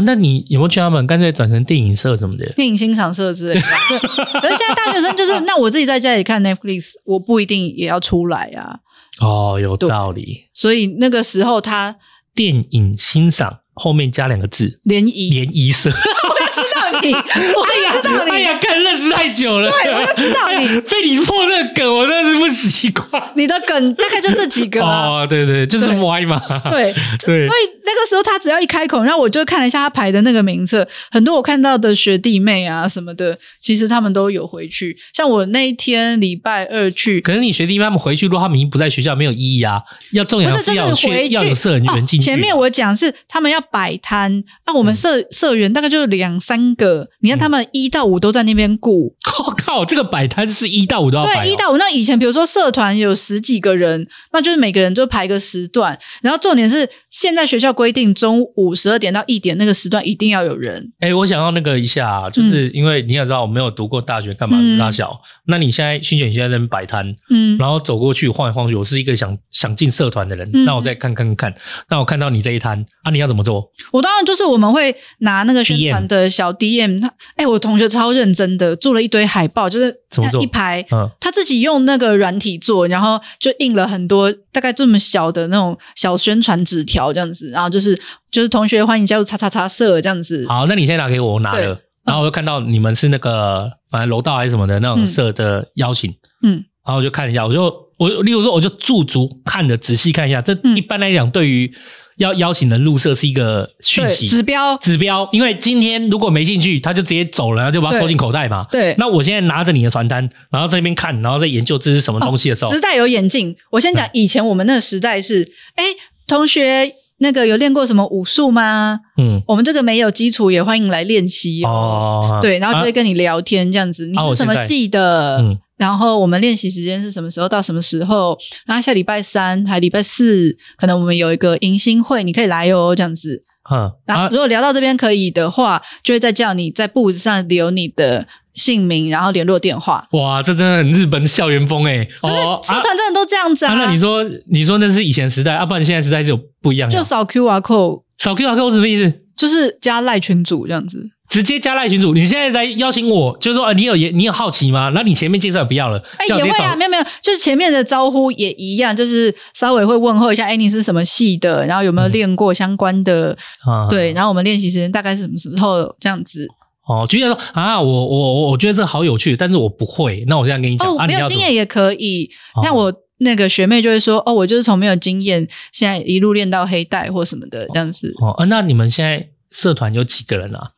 S2: 啊，那你有没有劝他们干脆转成电影社什么的？
S3: 电影欣赏社之类的。对 可是现在大学生就是，那我自己在家里看 Netflix，我不一定也要出来啊。
S2: 哦，有道理。
S3: 所以那个时候他
S2: 电影欣赏后面加两个字，
S3: 联 谊，
S2: 联谊社。
S3: 知 道你，我就知道
S2: 哎
S3: 你，
S2: 呀，看认识太久了，
S3: 对，我就知道
S2: 哎呀
S3: 你，
S2: 被你破那个梗，我真的是不习惯。
S3: 你的梗大概就这几个啊。
S2: 哦，对对，就是
S3: 对
S2: 歪嘛。
S3: 对，
S2: 哦对
S3: 所以那个时候他只要一开口，然后我就看了一下他排的那个名册，很多我看到的学弟妹啊什么的，其实他们都有回去。像我那一天礼拜二去，
S2: 可是你学弟妹他们回去，如果他们已经不在学校，没有意义啊。要重点
S3: 不
S2: 还
S3: 是就是
S2: 要有
S3: 回
S2: 去，
S3: 去
S2: 要有社
S3: 哦
S2: 员进去、啊嗯
S3: 前面我讲是他们要摆摊，那、我们社、社员大概就两三个，你看他们一到五都在那边顾，
S2: 我 靠，这个摆摊是一到五都要摆、哦，
S3: 对，一到五。那以前比如说社团有十几个人，那就是每个人就排个时段。然后重点是，现在学校规定中午十二点到一点那个时段一定要有人。
S2: 哎、我想要那个一下、啊，就是因为你也知道我没有读过大学，干嘛
S3: 嗯
S2: 大小？那你现在新选你现在在那边摆摊，
S3: 嗯，
S2: 然后走过去晃来晃去，我是一个想想进社团的人，
S3: 嗯
S2: 那我再看看看，那我看到你这一摊啊，你要怎么做？
S3: 我当然就是我们会拿那个宣
S2: DM
S3: 传的小 DM，他哎、我同学超认真的做了一堆海报，就是
S2: 怎么做
S3: 一排。
S2: 嗯，
S3: 他自己用那个软体做，然后就印了很多大概这么小的那种小宣传纸条这样子，然后就是就是同学欢迎加入叉叉叉社这样子，
S2: 好，那你现在拿给我，我拿了，然后我就看到你们是那个反正楼道还是什么的那种
S3: 嗯
S2: 社的邀请，
S3: 嗯，
S2: 然后我就看一下，我就我例如说我就驻足看着仔细看一下，这
S3: 嗯
S2: 一般来讲对于要邀请人入社是一个讯
S3: 对，
S2: 息
S3: 指标，
S2: 指标，因为今天如果没进去，他就直接走了，然后就把它
S3: 对
S2: 收进口袋嘛。
S3: 对，
S2: 那我现在拿着你的传单，然后在那边看，然后在研究这是什么东西的时候，
S3: 时代有演进。我先讲以前我们那个时代是，哎、同学那个有练过什么武术吗？
S2: 嗯，
S3: 我们这个没有基础，也欢迎来练习哦。
S2: 哦，
S3: 对，然后就会
S2: 啊
S3: 跟你聊天这样子，
S2: 啊
S3: 你
S2: 我
S3: 是什么
S2: 现在
S3: 系的？
S2: 嗯
S3: 然后我们练习时间是什么时候到什么时候？然后下礼拜三还礼拜四，可能我们有一个迎新会，你可以来哦，这样子。
S2: 嗯
S3: 然后
S2: 啊
S3: 如果聊到这边可以的话，就会再叫你在簿子上留你的姓名，然后联络电话。
S2: 哇，这真的很日本校园风哎、哦
S3: 社团真的都这样子
S2: 啊
S3: 啊？
S2: 那你说你说那是以前时代，啊，不然现在时代是有不一样的啊，
S3: 就扫 QR code，
S2: 扫 QR code 什么意思？
S3: 就是加赖群组这样子。
S2: 直接加赖群主，你现在在邀请我，就是说啊，你有也你有好奇吗？那你前面介绍也不要了，
S3: 哎、
S2: 叫我
S3: 也
S2: 直接
S3: 会
S2: 扫
S3: 啊，没有没有，就是前面的招呼也一样，就是稍微会问候一下，哎、你是什么系的？然后有没有
S2: 嗯
S3: 练过相关的？
S2: 啊
S3: 对，然后我们练习时间大概是什么时候这样子？
S2: 哦，就像说啊，我我我我觉得这好有趣，但是我不会。那我现在跟你讲、
S3: 哦
S2: 啊，，你
S3: 没有
S2: 要怎
S3: 经
S2: 么
S3: 验也可以。
S2: 哦
S3: 那我那个学妹就会说，哦，我就是从没有经验，现在一路练到黑带或什么的这样子。
S2: 哦、啊那你们现在社团有几个人 啊？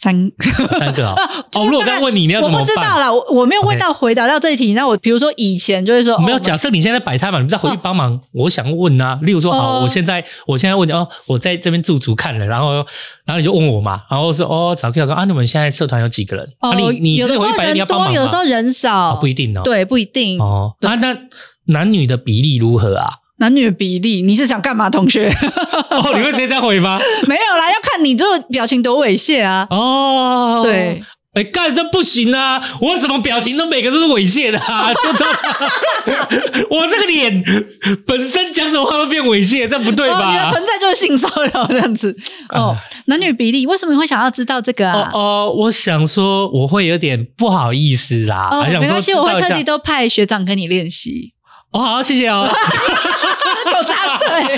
S3: 三
S2: 三个啊、
S3: 就
S2: 哦，
S3: 是
S2: 如果
S3: 大概
S2: 再问你，你要
S3: 我
S2: 怎么
S3: 不知道
S2: 办？
S3: 啦，我我没有问到回答到这一题。那我比如说以前就会说，
S2: 没有，
S3: 哦
S2: 假设你现在摆摊嘛，你再回去帮忙。我想问啊，例如说，好，
S3: 哦
S2: 我现在我现在问你哦，我在这边驻足看了，然后然后你就问我嘛，然后说哦，早课啊，你们现在社团有几个人？
S3: 哦，
S2: 啊，你你
S3: 有
S2: 这
S3: 的时
S2: 回
S3: 候
S2: 去摆，你要
S3: 人
S2: 帮
S3: 多，
S2: 忙
S3: 有的时候
S2: 吗？
S3: 人少，
S2: 哦，不一定哦。
S3: 对，不一定。
S2: 哦，啊，那男女的比例如何 啊？
S3: 男女比例，你是想干嘛，同学？
S2: 哦，你会直接这样回吗？
S3: 没有啦，要看你这个表情多猥亵啊！
S2: 哦，
S3: 对，
S2: 哎、干这不行啊！我什么表情都每个都是猥亵的啊！ 就这，我这个脸本身讲什么话都变猥亵，这不对
S3: 哦，你
S2: 吧哎
S3: 的？存在就是性骚扰这 样子。哦，男女比例，为什么你会想要知道这个
S2: 哦
S3: 啊？
S2: 哦，我想说我会有点不哦好意思啦，还想
S3: 哦没
S2: 说
S3: 关系，我会
S2: 知道
S3: 特
S2: 一下
S3: 地。都派学长跟你 练习。
S2: 哦，好，谢谢 哦。
S3: 狗杂碎！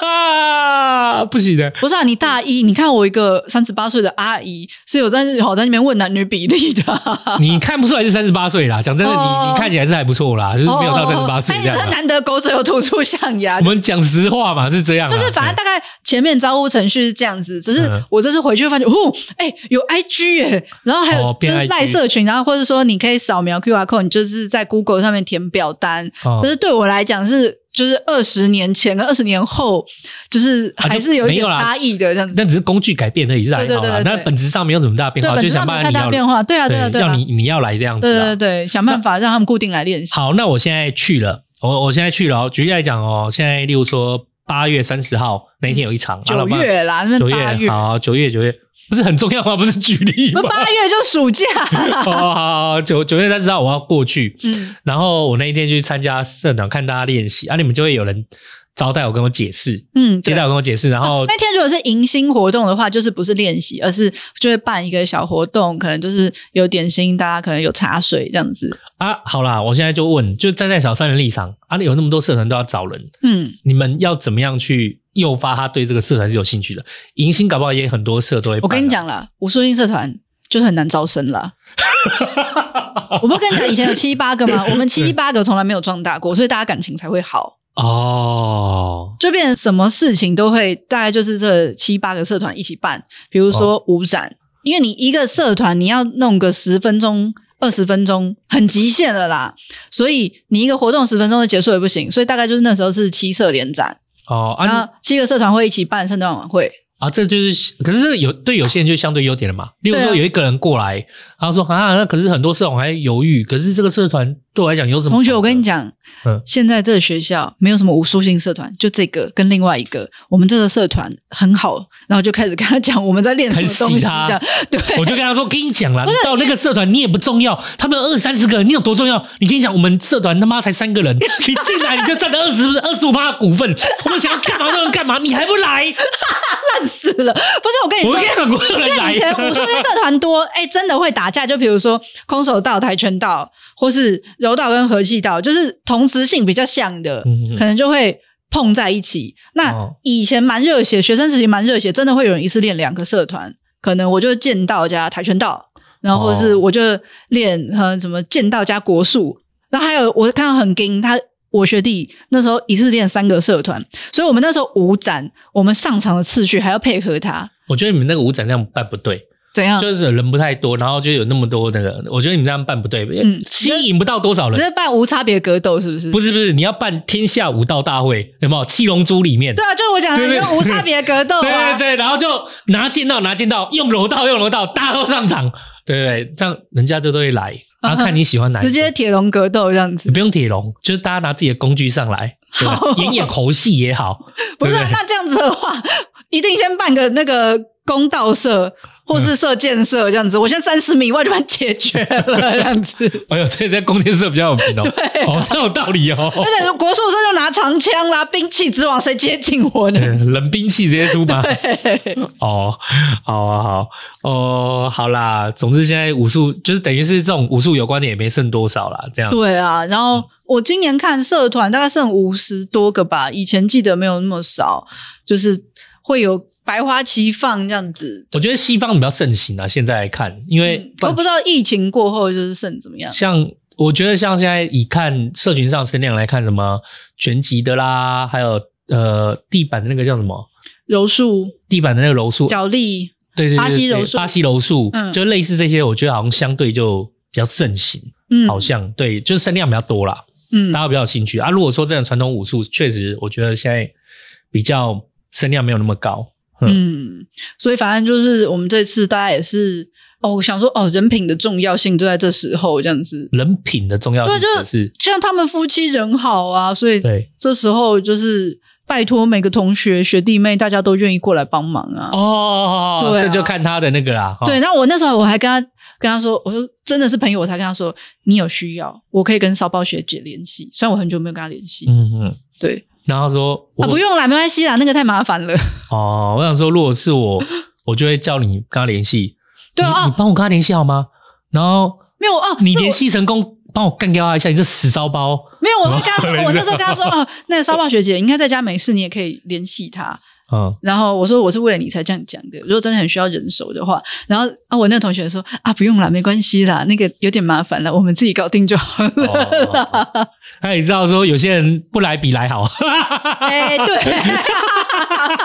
S2: 啊，不行的，
S3: 不是啊，你大一，你看我一个三十八岁的阿姨，是有在好在那边问男女比例的啊。
S2: 你看不出来是三十八岁啦。讲真的，你
S3: 哦
S2: 你看起来是还不错啦，就是 没有到
S3: 哦
S2: 三十八岁
S3: 哎
S2: 这样
S3: 他
S2: 啦。
S3: 难得狗嘴有吐出象牙
S2: 我，们讲实话嘛，是这样啦。
S3: 啊
S2: 啊
S3: 就是反正
S2: 对
S3: 大概前面招呼程序是这样子，只是
S2: 嗯
S3: 我这次回去发现，哦，哎、有 IG 耶、然后还
S2: 哦
S3: 有就
S2: 变
S3: 是
S2: IG
S3: 赖社群，然后或者说你可以扫描 QR code，你就是在 Google 上面填表单。
S2: 哦
S3: 可是对我来讲是。就是二十年前跟二十年后，就是
S2: 啊就
S3: 还是有一
S2: 没
S3: 点
S2: 有啦
S3: 差异的这样子。
S2: 但只是工具改变而已，是还
S3: 对
S2: 好
S3: 对
S2: 啦
S3: 对对。
S2: 那
S3: 对
S2: 本质上没有什么大变
S3: 对，
S2: 化，
S3: 本
S2: 就
S3: 质上
S2: 想
S3: 没
S2: 办法
S3: 有太
S2: 你
S3: 大
S2: 要
S3: 变化。对啊，对啊，
S2: 对，
S3: 啊
S2: 要。你你要来这样子
S3: 对
S2: 啊。
S3: 对对，想办法让他们固定来练习。
S2: 好，那我现在去了，我我现在去了哦。举例来讲哦，现在例如说八月三十号那一天有一场，啊
S3: 嗯九，月啦，那
S2: 老
S3: 边
S2: 板
S3: 八
S2: 九月，
S3: 月，
S2: 好，九月九月不是很重要吗？不是举例
S3: 不
S2: 吗？
S3: 八月就暑假
S2: 哦，
S3: 啦。
S2: 好好，好九九月三十号我要过去，
S3: 嗯，
S2: 然后我那一天去参加社团看大家练习，啊，你们就会有人招待我跟我解释，
S3: 嗯，
S2: 接
S3: 对
S2: 待我跟我解释，然后
S3: 那天如果是迎新活动的话，就是不是练习，而是就会办一个小活动，可能就是有点心，大家可能有茶水这样子。
S2: 啊，好啦，我现在就问，就站在小三人立场，啊，有那么多社团都要找人，
S3: 嗯，
S2: 你们要怎么样去诱发他对这个社团是有兴趣的？迎新搞不好也很多社都会、啊
S3: 我跟 你，讲啦，武术性社团就是很难招生啦。我不是跟你讲，以前有七八个吗？我们七八个从来没有壮大过，所以大家感情才会好。
S2: 哦，
S3: 就变成什么事情都会，大概就是这七八个社团一起办，比如说舞展，因为你一个社团你要弄个十分钟、二十分钟，很极限了啦，所以你一个活动十分钟就结束也不行，所以大概就是那时候是七社联展，
S2: 哦啊
S3: 然后七个社团会一起办圣诞晚会，
S2: 啊，这就是，可是这个有对有些人就相对优点了嘛。例如
S3: 对
S2: 说
S3: 啊
S2: 有一个人过来，然后说啊，那可是很多社团我还犹豫，可是这个社团对我来讲有什么好的？
S3: 同学，我跟你讲，
S2: 嗯
S3: 现在这个学校没有什么武术性社团，就这个跟另外一个，我们这个社团很好，然后就开始跟他讲我们在练什么东
S2: 很
S3: 西，
S2: 洗
S3: 这
S2: 他
S3: 样对。
S2: 我就跟他说，跟你讲啦，你到那个社团你也不重要，他们有二三十个人，你有多重要？你跟你讲，我们社团他妈才三个 人，你进来你就占了二十二十五趴股份，我们想要干嘛就能干嘛，你还不来？
S3: 死了！不是我哎跟你
S2: 我们看
S3: 说，
S2: 很 多人
S3: 因为以前武术
S2: 来，
S3: 社团多，哎、真的会打架。就比如说空手道、跆拳道，或是柔道跟和气道，就是同时性比较像的，
S2: 嗯嗯
S3: 可能就会碰在一起。那
S2: 哦
S3: 以前蛮热血，学生时期蛮热血，真的会有人一次练两个社团，可能我就剑道加跆拳道，然后或者是
S2: 哦
S3: 我就练呃什么剑道加国术，然后还有我看到很硬他。我学弟那时候一次练三个社团，所以我们那时候舞展，我们上场的次序还要配合他，
S2: 我觉得你们那个舞展那样办不对。
S3: 怎样？
S2: 就是人不太多，然后就有那么多那个，我觉得你们这样办不对，
S3: 嗯
S2: 吸引不到多少
S3: 你
S2: 人。
S3: 在办无差别格斗是不是？
S2: 不是不是，你要办天下武道大会，有没有？七龙珠里面，
S3: 对啊，就是我讲的
S2: 对对
S3: 用无差别格斗
S2: 对
S3: 啊。
S2: 对对，然后就拿剑道拿剑道，用柔道用柔道，大家都上场，对对对，这样人家就都会来，然后看你喜欢哪一个。
S3: 啊直接铁笼格斗这样子
S2: 你，不用铁笼，就是大家拿自己的工具上来，对吧
S3: 好
S2: 演演猴戏也好，
S3: 不是啊、
S2: 对对
S3: 那这样子的话，一定先办个那个公道社或
S2: 嗯
S3: 是射箭社这样子，我先三十米以外就把它解 决了这样子。
S2: 哎呦，这在弓箭社比较有 名哦，哦，这有道理哦。
S3: 而且国术生就拿长枪啦、兵器之王，谁接近我呢？
S2: 嗯冷兵器直接出马，
S3: 对
S2: 哦，好啊，好，哦，好啦，总之现在武术就是等于是这种武术有关的也没剩多少啦，这样。
S3: 对啊，然后我今年看社团大概剩五十多个吧，以前记得没有那么少，就是会有百花齐放这样子。
S2: 我觉得西方比较盛行啊，现在来看，因为
S3: 嗯都不知道疫情过后就是剩怎么样。
S2: 像我觉得像现在以看社群上声量来看，什么拳击的啦，还有呃地板的那个叫什么
S3: 柔术、
S2: 地板的那个柔术，
S3: 脚力，
S2: 对对对
S3: 巴西
S2: 对
S3: 柔术
S2: 巴西柔术，
S3: 嗯
S2: 就类似这些，我觉得好像相对就比较盛行，
S3: 嗯，
S2: 好，像对，就是声量比较多啦。
S3: 嗯
S2: 大，家比较有兴趣啊。如果说真的传统武术，确实我觉得现在比较声量没有那么高。
S3: 嗯，所以反正就是我们这次大家也是哦，我想说哦，人品的重要性就在这时候这样子。
S2: 人品的重要性
S3: 对就
S2: 也是
S3: 像他们夫妻人好啊，所以
S2: 对
S3: 这时候就是拜托每个同学学弟妹，大家都愿意过来帮忙啊。
S2: 哦，
S3: 对啊
S2: 这就看他的那个啦。哦
S3: 对，，那我那时候我还跟他跟他说，我说真的是朋友，我才跟他说，你有需要，我可以跟骚包学姐联系。虽然我很久没有跟她联系，
S2: 嗯嗯。
S3: 对
S2: 然后说我
S3: 啊，不用啦，没关系啦，那个太麻烦了。
S2: 哦，我想说，如果是我，我就会叫你跟他联系。
S3: 对
S2: 你
S3: 啊
S2: 你帮我跟他联系好吗？然后
S3: 没有哦，
S2: 你
S3: 那我
S2: 联系成功，帮我干掉他一下，你这死骚包。
S3: 没有，我会跟他说，
S2: 没事
S3: 我那时候跟他说，哦，那个骚包学姐应该在家没事，你也可以联系她。
S2: 嗯，
S3: 然后我说我是为了你才这样讲的，如果真的很需要人手的话，然后啊，我那个同学说啊，不用啦，没关系啦，那个有点麻烦了，我们自己搞定就好了。
S2: 哦，那你知道说有些人不来比来好，
S3: 哎、对，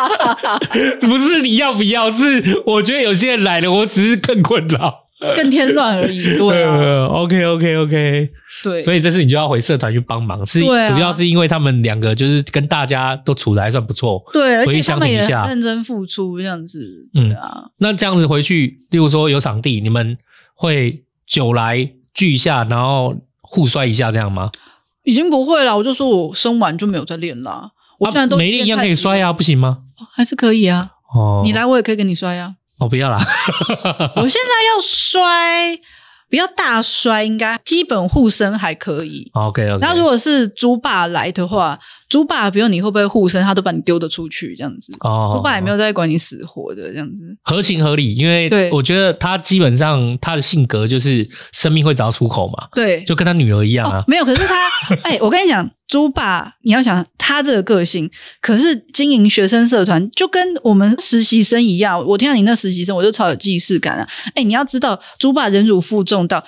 S2: 不是你要不要，是我觉得有些人来了，我只是更困扰。
S3: 更添乱而已。对啊、
S2: 呃，OK OK OK，
S3: 对，
S2: 所以这次你就要回社团去帮忙，是、
S3: 对啊
S2: 主要是因为他们两个就是跟大家都处的还算不错。
S3: 对，而
S2: 回
S3: 且
S2: 想
S3: 他们
S2: 你一
S3: 也
S2: 下
S3: 很认真付出这样子。
S2: 嗯
S3: 对啊，
S2: 那这样子回去，例如说有场地，你们会久来聚一下，然后互摔一下这样吗？
S3: 已经不会了。我就说我生完就没有再练啦。我现在都
S2: 啊、每一一样可以摔
S3: 啊，
S2: 啊，不行吗？
S3: 还是可以啊。
S2: 哦，
S3: 你来，我也可以跟你摔啊。
S2: 哦，不要啦，
S3: 我现在要摔，不要大摔，应该基本护身还可以。
S2: OK OK。
S3: 那如果是猪爸来的话，猪爸不用你会不会护身，他都把你丢得出去这样子。
S2: 哦，
S3: 猪爸也没
S2: 有
S3: 有在管你死活的这样子。
S2: 合情合理，因为
S3: 对
S2: 我觉得他基本上他的性格就是生命会找到出口嘛，
S3: 对，
S2: 就跟他女儿一样啊
S3: 哦。没有。可是他，哎，我跟你讲，猪爸，你要想他这个个性，可是经营学生社团就跟我们实习生一样。我听到你那实习生，我就超有既视感啊。哎，你要知道，猪爸忍辱负重到。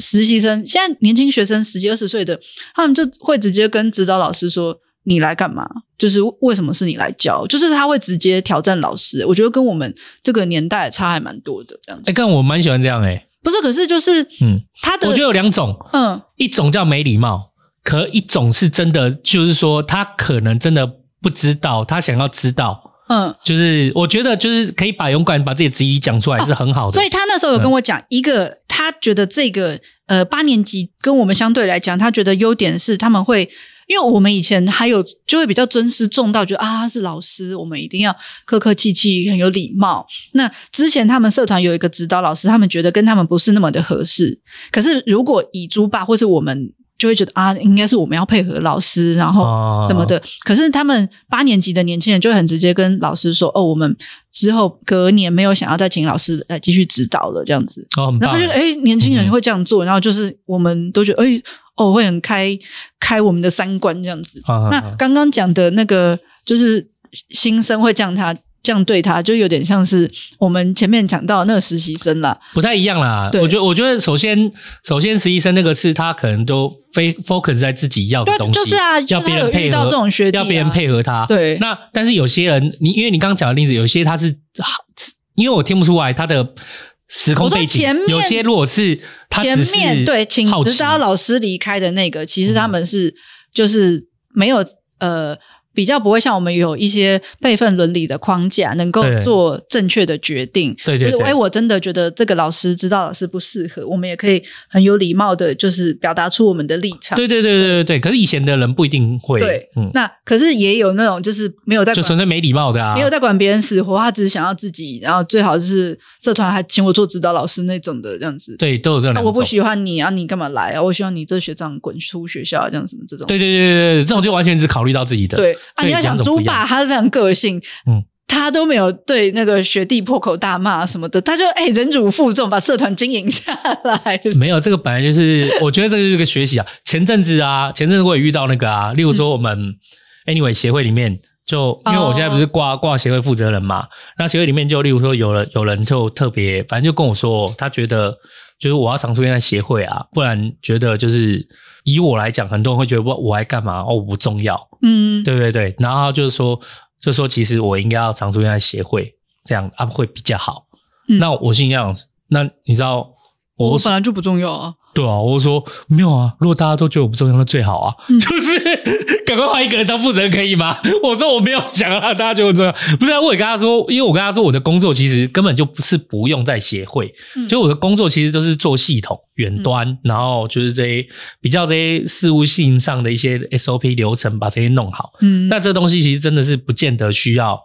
S3: 实习生现在年轻学生十几二十岁的，他们就会直接跟指导老师说：“你来干嘛？就是为什么是你来教？就是他会直接挑战老师，我觉得跟我们这个年代差还蛮多的。这样子
S2: 哎，看我蛮喜欢这样哎，
S3: 不是，可是就是
S2: 嗯，
S3: 他的，
S2: 我觉得有两种，
S3: 嗯，
S2: 一种叫没礼貌，可一种是真的，就是说他可能真的不知道，他想要知道。
S3: 嗯，
S2: 就是我觉得，就是可以把勇敢把自己的质疑讲出来是很好的。
S3: 所以他那时候有跟我讲，一个他觉得这个呃八年级跟我们相对来讲，他觉得优点是他们会。因为我们以前还有就会比较尊师重道，觉得啊他是老师，我们一定要客客气气，很有礼貌。那之前他们社团有一个指导老师，他们觉得跟他们不是那么的合适。可是如果以猪爸或是我们，就会觉得啊，应该是我们要配合老师，然后
S2: 哦
S3: 什么的。可是他们八年级的年轻人就会很直接跟老师说：“哦，我们之后隔年没有想要再请老师来继续指导了。”这样子，
S2: 哦，很棒
S3: 然后就，哎、诶年轻人会这样做，然后就是我们都觉得哎、诶哦，会很开开我们的三观这样子。
S2: 啊
S3: 那刚刚讲的那个就是新生会这样他这样对他，就有点像是我们前面讲到的那个实习生啦。
S2: 不太一样啦。
S3: 对
S2: 我觉得，我觉得首先，首先实习生那个是他可能都非 focus 在自己要的
S3: 对啊
S2: 东西，
S3: 就是啊就是
S2: 要别人
S3: 他有
S2: 配
S3: 遇
S2: 合
S3: 到这种学弟啊
S2: 要别人配合他。
S3: 对
S2: 那但是有些人，你因为你刚刚讲的例子，有些他是，因为我听不出来他的时空
S3: 我说
S2: 背景
S3: 前，面
S2: 有些如果是他
S3: 前
S2: 只是
S3: 面对，请
S2: 好奇
S3: 指导老师离开的那个，其实他们是、就是没有呃。比较不会像我们有一些辈分伦理的框架，能够
S2: 对
S3: 做正确的决定。
S2: 对对
S3: 就是
S2: 对
S3: 哎，我真的觉得这个老师指导老师不适合，我们也可以很有礼貌的，就是表达出我们的立场。
S2: 对对对对对对，可是以前的人不一定会，
S3: 对
S2: 嗯，
S3: 那可是也有那种就是没有在
S2: 就
S3: 管
S2: 纯粹没礼貌的啊，
S3: 没有在管别人死活，他只是想要自己，然后最好就是社团还请我做指导老师那种的这样子。
S2: 对都有这两
S3: 啊，
S2: 种。
S3: 我不喜欢你啊，你干嘛来啊？我希望你这学长滚出学校啊，这样什么这种。
S2: 对对对对对，这种就完全只考虑到自己的。
S3: 对啊，
S2: 对
S3: 你要
S2: 两
S3: 想
S2: 种
S3: 猪
S2: 不一样
S3: 爸他是这样个性，
S2: 嗯
S3: 他都没有对那个学弟破口大骂什么的，他就哎、忍辱负重，把社团经营下来。
S2: 没有，这个本来就是，我觉得这个就是个学习啊。前阵子啊，前阵子我也遇到那个啊，例如说我
S3: 嗯
S2: 们 anyway 协会里面就，因为我现在
S3: 哦
S2: 不是挂挂协会负责人嘛，那协会里面就例如说有人有人就特别，反正就跟我说，他觉得就是我要常出现在协会啊，不然觉得就是以我来讲，很多人会觉得我我来干嘛哦，我不重要，
S3: 嗯，
S2: 对对对，然后他就是说就说其实我应该要常出现在协会，这样啊会比较好。
S3: 嗯
S2: 那我心想，那你知道我
S3: 我本来就不重要啊。
S2: 对啊，我就说没有啊，如果大家都觉得我不重要，那最好啊，
S3: 嗯
S2: 就是赶快换一个人当负责人可以吗？ 我说我没有想啊，大家觉得我重要，不是、啊，我也跟他说，因为我跟他说我的工作其实根本就不是不用在协会，
S3: 嗯
S2: 就我的工作其实都是做系统远端，然后就是这些比较这些事务性上的一些 SOP 流程，把这些弄好。
S3: 嗯，
S2: 那这东西其实真的是不见得需要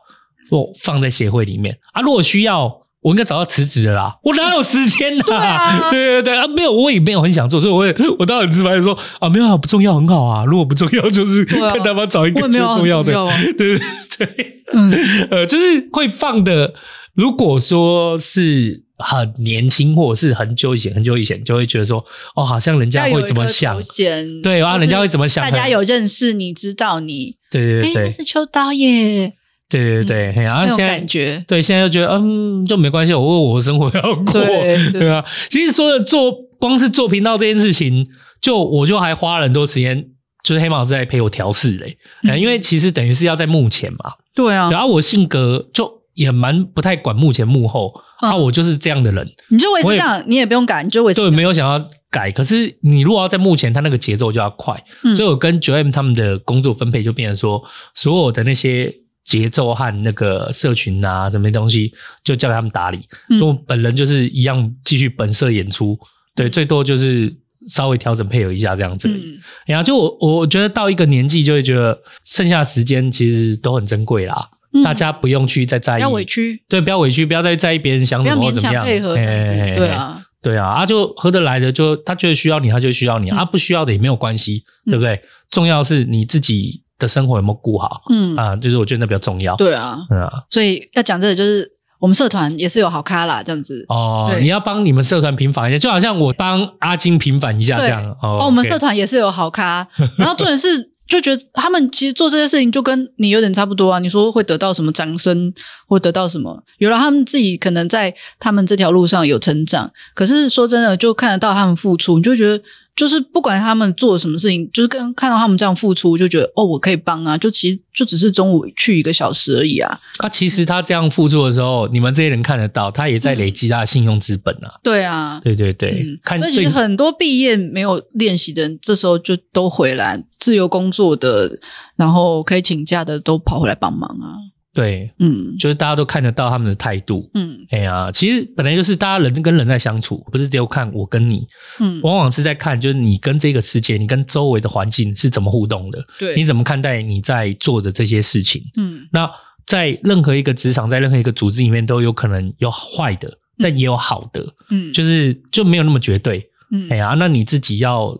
S2: 做放在协会里面啊。如果需要，我应该早就辞职了啦。我哪有时间呐、
S3: 啊
S2: 对对对啊，没有，我也没有很想做，所以我也我当然很直白的说啊，没有啊，不重要，很好啊。如果不重要，就是
S3: 对啊
S2: 看他们找一
S3: 我
S2: 个最
S3: 也没有很
S2: 重要的，
S3: 重要啊
S2: 对对对。
S3: 嗯
S2: 呃，就是会放的。如果说是很年轻，或者是很久以前、很久以前，就会觉得说，哦，好像人家会怎么想
S3: 要有一个头？衔
S2: 对啊
S3: 或是
S2: 人家会怎么想
S3: 大家有认识你，知道你，
S2: 对
S3: 哎
S2: 对，
S3: 那
S2: 对
S3: 是秋刀耶，
S2: 对对对，嘿然
S3: 那
S2: 后
S3: 种
S2: 现在
S3: 感觉。
S2: 对，现在就觉得嗯，就没关系，我为我的生活要过，
S3: 对对
S2: 啊。其实说的做，光是做频道这件事情，就我就还花了很多时间，就是黑马老师在陪我调试嘞、呃
S3: 嗯
S2: 因为其实等于是要在幕前嘛，
S3: 对啊
S2: 然，后、我性格就也蛮不太管幕前幕后，
S3: 嗯
S2: 啊，我就是这样的人，
S3: 你就维持
S2: 我
S3: 这
S2: 也
S3: 样，你也不用改，你就维持
S2: 对，没有想要改。可是你如果要在幕前，他那个节奏就要快，
S3: 嗯
S2: 所以我跟 Joem 他们的工作分配就变成说，所有的那些节奏和那个社群啊，什么东西，就交给他们打理。
S3: 嗯
S2: 所以我本人就是一样继续本色演出，对，最多就是稍微调整配合一下这样子而已。
S3: 嗯
S2: 然后、就我我觉得到一个年纪，就会觉得剩下的时间其实都很珍贵啦，
S3: 嗯
S2: 大家不用去再在
S3: 不
S2: 意
S3: 要。委屈，
S2: 对，不要委屈，不要再在意别人想
S3: 不
S2: 什
S3: 要
S2: 么或
S3: 勉
S2: 怎么
S3: 强
S2: 样，哎
S3: 配合，这
S2: 嘿
S3: 样
S2: 嘿嘿
S3: 子对啊，
S2: 对啊，啊就合得来的就他觉得需要你，他就需要你，
S3: 嗯
S2: 啊不需要的也没有关系，
S3: 嗯
S2: 对不对？重要是你自己的生活有没有顾好
S3: 嗯，
S2: 啊，就是我觉得那比较重要。
S3: 对啊，
S2: 嗯啊，
S3: 所以要讲这个就是我们社团也是有好咖啦，这样子。
S2: 哦，
S3: 对
S2: 你要帮你们社团平反一下，就好像我帮阿金平反一下这
S3: 对
S2: 样。哦
S3: 哦，我们
S2: OK
S3: 社团也是有好咖， 然后重点是就觉得他们其实做这些事情就跟你有点差不多啊。你说会得到什么掌声，或得到什么？有了他们自己可能在他们这条路上有成长，可是说真的，就看得到他们付出，你就觉得就是不管他们做什么事情，就是跟看到他们这样付出，就觉得哦，我可以帮啊。就其实就只是中午去一个小时而已啊。
S2: 他、其实他这样付出的时候，你们这些人看得到，他也在累积他的信用资本啊。
S3: 对啊，
S2: 对对对，
S3: 嗯，
S2: 看
S3: 而且
S2: 对
S3: 很多毕业没有练习的人，这时候就都回来自由工作的，然后可以请假的都跑回来帮忙啊。
S2: 对，
S3: 嗯
S2: 就是大家都看得到他们的态度。
S3: 嗯
S2: 哎呀，其实本来就是大家人跟人在相处，不是只有看我跟你，
S3: 嗯，
S2: 往往是在看就是你跟这个世界，你跟周围的环境是怎么互动的，
S3: 对，
S2: 你怎么看待你在做的这些事情。
S3: 嗯
S2: 那在任何一个职场，在任何一个组织里面，都有可能有坏的，但也有好的，
S3: 嗯，
S2: 就是就没有那么绝对。
S3: 嗯
S2: 哎呀，那你自己要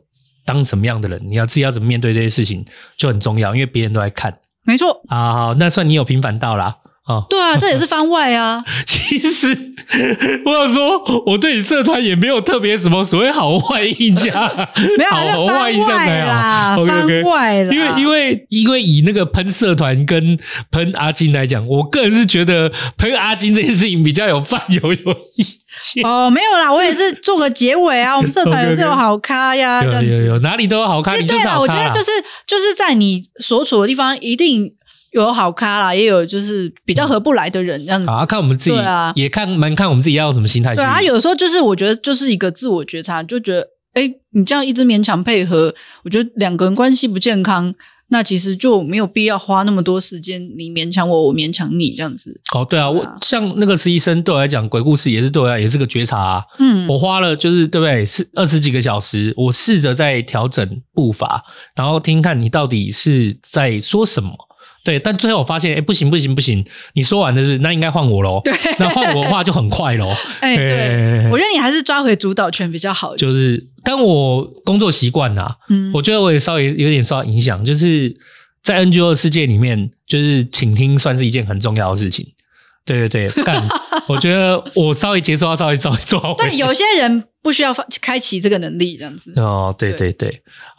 S2: 当什么样的人，你要自己要怎么面对这些事情就很重要，因为别人都在看
S3: 没错，
S2: 啊。好，那算你有平反到啦。哦，
S3: 对啊，这也是番外啊。
S2: 其实我想说，我对你社团也没有特别什么所谓好坏印 象，
S3: 没有啊，
S2: 好
S3: 就
S2: 坏印象
S3: 番
S2: 没
S3: 外
S2: 有
S3: 啦，
S2: OK
S3: 番
S2: OK。
S3: 外啦，
S2: 因为因为因为以那个喷社团跟 喷阿金来讲，我个人是觉得喷阿金这件事情比较有犯有有意见。
S3: 哦，没有啦，我也是做个结尾啊。我们社团
S2: OK，OK
S3: 也是有好咖呀，这
S2: 有
S3: 样
S2: 有
S3: 子。哎
S2: 有，哪里都有好看，你就
S3: 对
S2: 是
S3: 啦，
S2: 好啊
S3: 我觉
S2: 看
S3: 得
S2: 啦
S3: 就是就是在你所处的地方，一定有好咖啦，也有就是比较合不来的人这样子。
S2: 啊，看我们自己
S3: 对啊，
S2: 也看蛮看我们自己要用什么心态去。
S3: 对啊，有时候就是我觉得就是一个自我觉察，就觉得哎，诶你这样一直勉强配合，我觉得两个人关系不健康，那其实就没有必要花那么多时间，你勉强我，我勉强你这样子。
S2: 哦，对啊，
S3: 对
S2: 我
S3: 啊
S2: 像那个实习生对我来讲，鬼故事也是对我来讲也是个觉察啊。
S3: 嗯
S2: 我花了就是对不对，是二十几个小时，我试着在调整步伐，然后听看你到底是在说什么。对，但最后我发现，哎，不行不行不行，你说完的是不是？那应该换我喽。
S3: 对，
S2: 那换我的话就很快喽。
S3: 哎、对，
S2: 哎
S3: 我觉得你还是抓回主导权比较好。
S2: 就是，但我工作习惯啊，
S3: 嗯
S2: 我觉得我也稍微有点受到影响，就是在 NGO 的世界里面，就是倾听算是一件很重要的事情。对对 对，干，我觉得我稍微接受到，稍微稍微做好。
S3: 对，有些人不需要发开启这个能力，这样子。
S2: 哦，对对对，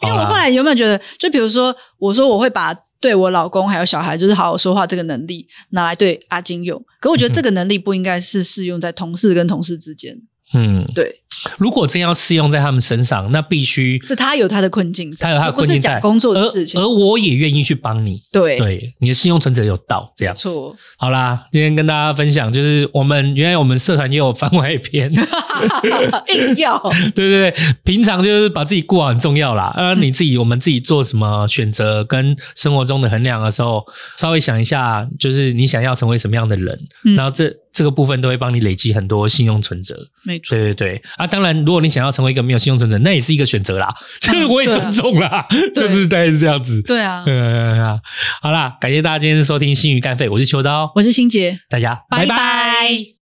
S3: 因为
S2: 好
S3: 我
S2: 啦
S3: 后来有没有觉得，就比如说，我说我会把对我老公还有小孩，就是好好说话这个能力拿来对阿金用，可我觉得这个能力不应该是适用在同事跟同事之间，
S2: 嗯，
S3: 对，
S2: 如果真要适用在他们身上，那必须
S3: 是他有他的困境在，
S2: 他有他的困
S3: 而不
S2: 境
S3: 是
S2: 在，呃
S3: 讲工作的事情
S2: 而，而我也愿意去帮你。
S3: 对，
S2: 对，你的信用存折有到这样
S3: 没
S2: 子。
S3: 错，
S2: 好啦，今天跟大家分享，就是我们原来我们社团也有番外篇。
S3: 硬要，
S2: 对对对，平常就是把自己顾好很重要啦。呃，
S3: 嗯
S2: 你自己我们自己做什么选择跟生活中的衡量的时候，稍微想一下，就是你想要成为什么样的人，
S3: 嗯
S2: 然后这这个部分都会帮你累积很多信用存折。
S3: 没错
S2: 对，对对啊，当然，如果你想要成为一个没有信用存折，那也是一个选择啦，这个我也尊重啦，
S3: 嗯啊对
S2: 就是大概是这样子。
S3: 对啊，
S2: 嗯，好啦，感谢大家今天收听《新鱼干肺》，我是秋刀，
S3: 我是欣杰，
S2: 大家拜
S3: 拜
S2: 拜
S3: 拜